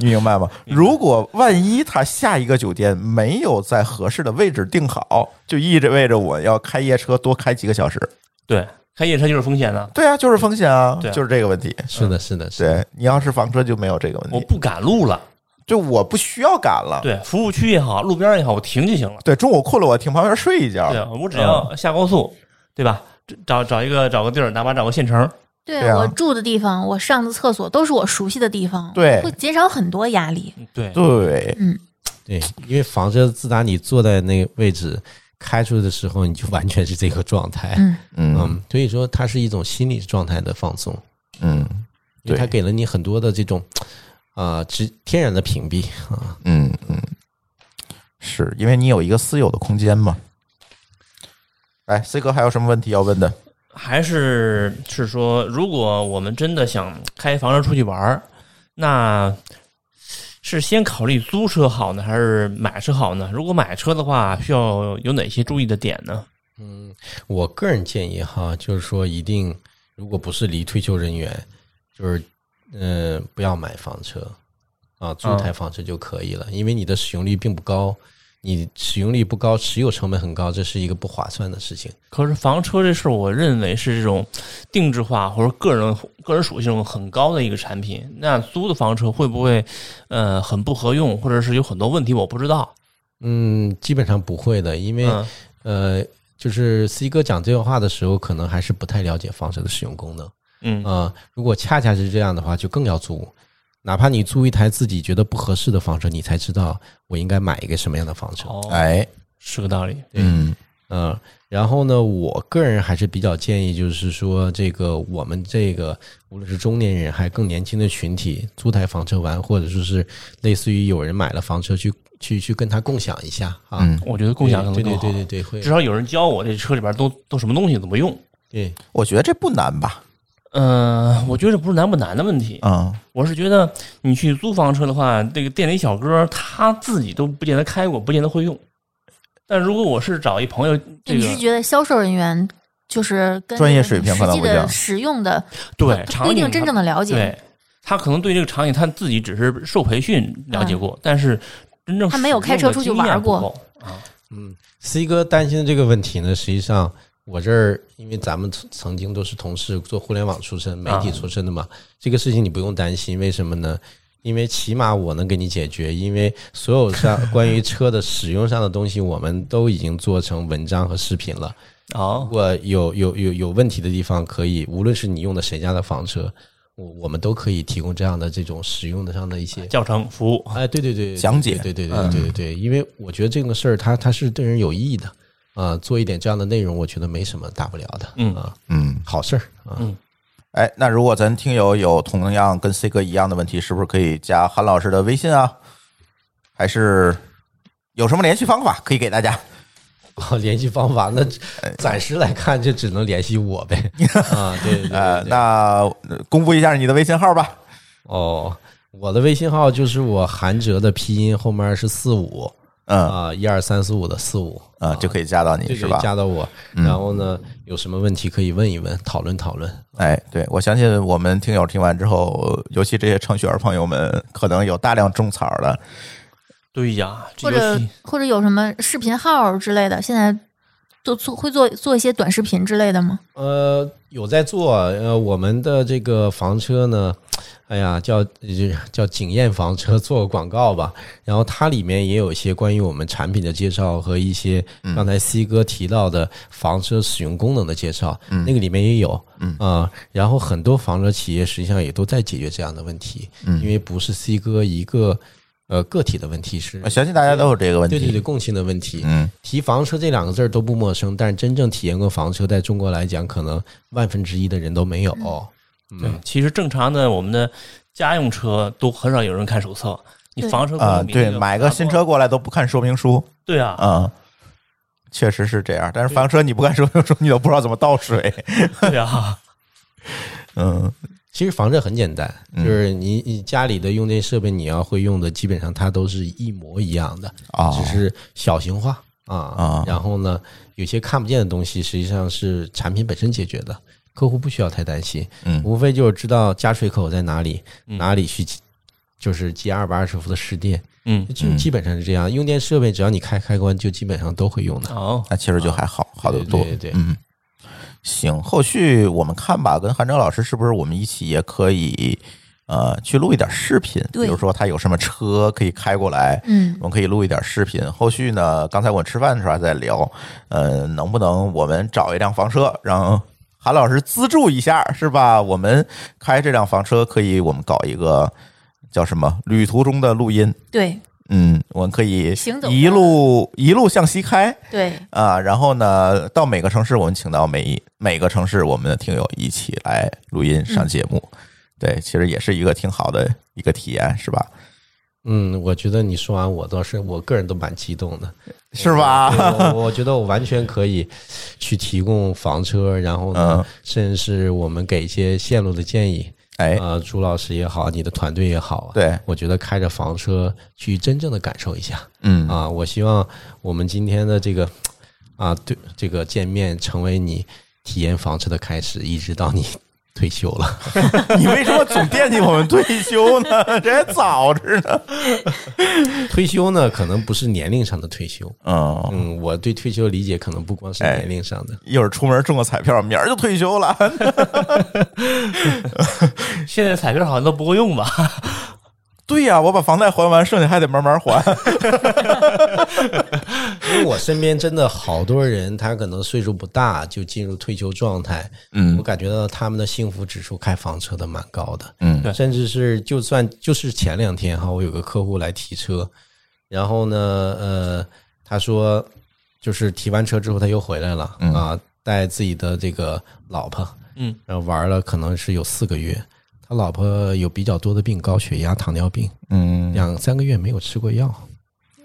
你明白吗？如果万一他下一个酒店没有在合适的位置订好，就意味着我要开夜车多开几个小时。对，开夜车就是风险的，对啊，就是风险啊，对啊就是这个问题。是的，是的，是的。对你要是房车就没有这个问我题，不赶路了。就我不需要赶了。对，服务区也好，路边儿也好，我停就行了。对，中午困了我停旁边睡一觉。对，我只要下高速，对吧？找找一个找个地儿，哪怕找个县城，对对啊我住的地方，我上的厕所都是我熟悉的地方，对会减少很多压 力。对对嗯，对，因为房车自打你坐在那个位置开出的时候，你就完全是这个状态。嗯嗯嗯，所以说它是一种心理状态的放松，嗯因为它对给了你很多的这种啊、呃直天然的屏蔽啊。嗯嗯，是因为你有一个私有的空间嘛。哎，C 哥还有什么问题要问的？还是是说，如果我们真的想开房车出去玩儿，那是先考虑租车好呢，还是买车好呢？如果买车的话，需要有哪些注意的点呢？我个人建议哈，就是说一定如果不是离退休人员，就是嗯、呃不要买房车啊，租嗯台房车就可以了，因为你的使用率并不高。你使用率不高，持有成本很高，这是一个不划算的事情。可是房车这事儿，我认为是这种定制化或者个人个人属性很高的一个产品。那租的房车会不会呃很不合用，或者是有很多问题我不知道？嗯，基本上不会的，因为、嗯呃，就是 C 哥讲这个话的时候，可能还是不太了解房车的使用功能嗯啊、呃如果恰恰是这样的话，就更要租。哪怕你租一台自己觉得不合适的房车，你才知道我应该买一个什么样的房车。哦，哎，是个道理。嗯嗯、然后呢，我个人还是比较建议，就是说这个我们这个无论是中年人还是更年轻的群体，租台房车玩，或者说是类似于有人买了房车去去去跟他共享一下啊。嗯，我觉得共享可能对更对好对对对，会至少有人教我这车里边都都什么东西怎么用。对我觉得这不难吧？嗯、我觉得不是难不难的问啊题，嗯，我是觉得你去租房车的话，这个店里小哥他自己都不见得开过，不见得会用。但如果我是找一朋友，这你是个觉得销售人员就是跟专业这个水平实可能际不一的样使用的对他不一场景定真正的了解，对他可能对这个场景他自己只是受培训了解过，但是真正嗯他没有开车出去玩过使用的经验不够啊。 C 哥担心的这个问题呢，实际上我这儿因为咱们曾曾经都是同事，做互联网出身、媒体出身的嘛，这个事情你不用担心。为什么呢？因为起码我能给你解决，因为所有上关于车的使用上的东西，我们都已经做成文章和视频了。如哦，果有有有有问题的地方，可以无论是你用的谁家的房车，我我们都可以提供这样的这种使用的上的一些教程服务，哎，对对对，对讲解嗯对对对对对对对，因为我觉得这个事儿它它是对人有意义的啊，做一点这样的内容，我觉得没什么大不了的，嗯啊，嗯，好事儿啊，哎，那如果咱听友有同样跟 C 哥一样的问题，是不是可以加韩老师的微信啊？还是有什么联系方法可以给大家？好联系方法那哎暂时来看就只能联系我 呗啊，对对对呃对，对，那呃公布一下你的微信号吧。哦，我的微信号就是我韩哲的拼音后面是四五嗯啊，一二三四五的四五啊，就可以加到这你是就吧？嗯加到我，然后呢，有什么问题可以问一问，讨论讨论。哎，对，我相信我们听友听完之后，尤其这些程序员朋友们，可能有大量种草的。对呀，这或游者戏或者有什么视频号之类的，现在做做会做做一些短视频之类的吗？呃，有在做，呃，我们的这个房车呢，哎呀，叫叫景燕房车 做个广告吧。然后它里面也有一些关于我们产品的介绍和一些嗯刚才 C 哥提到的房车使用功能的介绍，那个里面也有，嗯啊、然后很多房车企业实际上也都在解决这样的问题，嗯因为不是 C 哥一个呃个体的问题，是我相信大家都有这个啊问对对对题。共性的问题，嗯，提房车这两个字儿都不陌生，但是真正体验过房车，在中国来讲，可能万分之一的人都没有。对，嗯其实正常的我们的家用车都很少有人看手册，你对房啊、车可能比对那，买个新车，过来都不看说明书，对 啊，嗯，确实是这样。但是房车你不看说明书，你都不知道怎么倒水。对啊，嗯其实房车很简单，嗯就是你你家里的用电设备，你要会用的，基本上它都是一模一样的，啊只是小型化啊啊然后呢，有些看不见的东西，实际上是产品本身解决的，客户不需要太担心，嗯无非就是知道加水口在哪里，嗯哪里去，就是接二百二十伏的湿电，嗯，就基本上是这样。用电设备只要你开开关，就基本上都会用的。好，那其实就还好，好得多。啊对对对嗯，行，后续我们看吧，跟韩征老师是不是我们一起也可以呃去录一点视频？比对如说他有什么车可以开过来，嗯我们可以录一点视频。后续呢，刚才我吃饭的时候还在聊，呃，能不能我们找一辆房车让。韩老师资助一下是吧？我们开这辆房车可以，我们搞一个叫什么“旅途中的录音对”。嗯，我们可以行走一的路一路向西开，对，啊，然后呢，到每个城市，我们请到每一每个城市我们的听友一起来录音上节目，对，其实也是一个挺好的一个体验，是吧？嗯，我觉得你说完，我倒是我个人都蛮激动的，是吧？我我觉得我完全可以去提供房车，然后呢嗯，甚至是我们给一些线路的建议。哎，呃，朱老师也好，你的团队也好，对我觉得开着房车去真正的感受一下嗯，啊！我希望我们今天的这个啊，对这个见面成为你体验房车的开始，一直到你 退休了。 你为什么总惦记我们退休呢？ 这还早着呢。退休呢，可能不是年龄上的退休，嗯，嗯，我对退休理解可能不光是哎年龄上的。一会儿出门中个彩票，明儿就退休了。 现在彩票好像都不够用吧？对呀、我把房贷还完，剩下还得慢慢还。 因为我身边真的好多人，他可能岁数不大就进入退休状态，嗯我感觉到他们的幸福指数开房车的蛮高的，嗯对甚至是就算就是前两天哈，我有个客户来提车，然后呢，呃，他说就是提完车之后他又回来了、嗯啊，带自己的这个老婆，嗯，然后玩了可能是有四个月。他老婆有比较多的病，高血压、糖尿病，嗯，两三个月没有吃过药，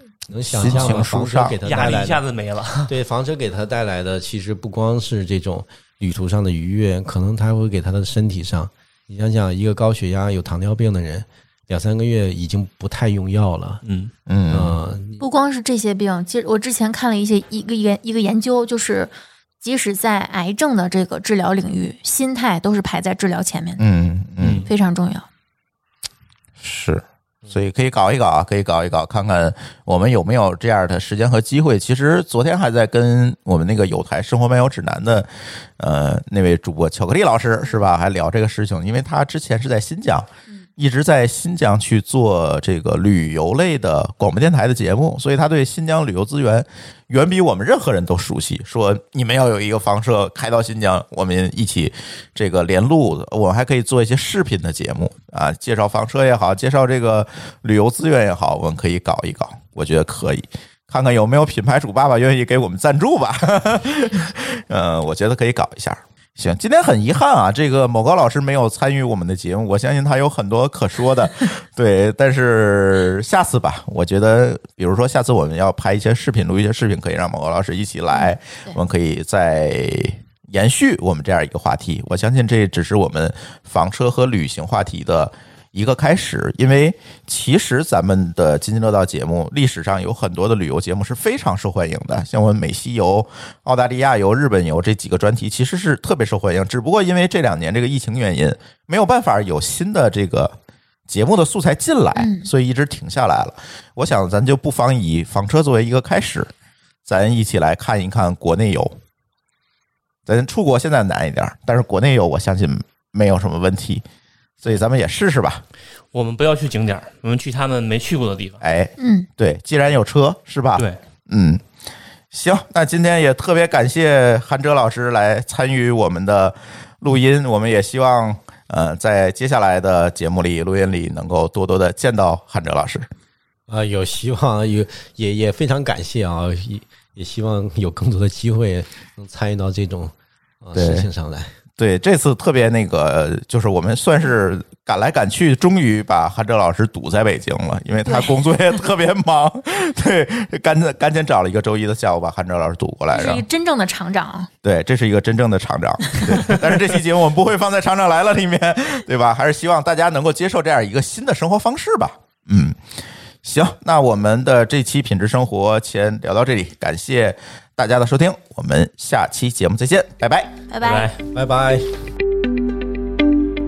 嗯能想心象情吗？舒房畅车给他压带力来一下的，子没了，对房车给他带来的，其实不光是这种旅途上的愉悦，可能他会给他的身体上，你想想，一个高血压、有糖尿病的人，两三个月已经不太用药了，嗯，嗯嗯，不光是这些病，其实我之前看了一些一个研一个研究，就是即使在癌症的这个治疗领域，心态都是排在治疗前面的，嗯嗯，非常重要。是，所以可以搞一搞，可以搞一搞，看看我们有没有这样的时间和机会。其实昨天还在跟我们那个有台生活漫游指南的呃那位主播巧克力老师是吧，还聊这个事情，因为他之前是在新疆。一直在新疆去做这个旅游类的广播电台的节目，所以他对新疆旅游资源远比我们任何人都熟悉。说你们要有一个房车开到新疆，我们一起这个连路，我们还可以做一些视频的节目啊，介绍房车也好，介绍这个旅游资源也好，我们可以搞一搞，我觉得可以。看看有没有品牌主爸爸愿意给我们赞助吧， 呃，我觉得可以搞一下。行，今天很遗憾啊，这个某高老师没有参与我们的节目，我相信他有很多可说的，对。但是下次吧，我觉得，比如说下次我们要拍一些视频，录一些视频，可以让某高老师一起来，对我们可以再延续我们这样一个话题。我相信这只是我们房车和旅行话题的一个开始，因为其实咱们的津津乐道节目历史上有很多的旅游节目是非常受欢迎的，像我们美西游、澳大利亚游、日本游这几个专题其实是特别受欢迎，只不过因为这两年这个疫情原因，没有办法有新的这个节目的素材进来，所以一直停下来了。我想咱就不妨以房车作为一个开始，咱一起来看一看国内游。咱出国现在难一点儿，但是国内游我相信没有什么问题，所以咱们也试试吧。我们不要去景点儿，我们去他们没去过的地方。哎，嗯，对，既然有车是吧？，对，嗯，行，那今天也特别感谢韩哲老师来参与我们的录音，我们也希望呃在接下来的节目里、录音里能够多多的见到韩哲老师。啊，有希望，有也也非常感谢啊，也也希望有更多的机会能参与到这种啊对事情上来。对，这次特别那个，就是我们算是赶来赶去，终于把韩哲老师堵在北京了，因为他工作也特别忙，对，赶紧赶紧找了一个周一的下午把韩哲老师堵过来，是然一后个真正的厂长啊。对，这是一个真正的厂长。对，但是这期节目我们不会放在《厂长来了》里面，对吧？还是希望大家能够接受这样一个新的生活方式吧。嗯，行，那我们的这期品质生活先聊到这里，感谢大家的收听，我们下期节目再见，拜拜。拜拜拜。拜拜。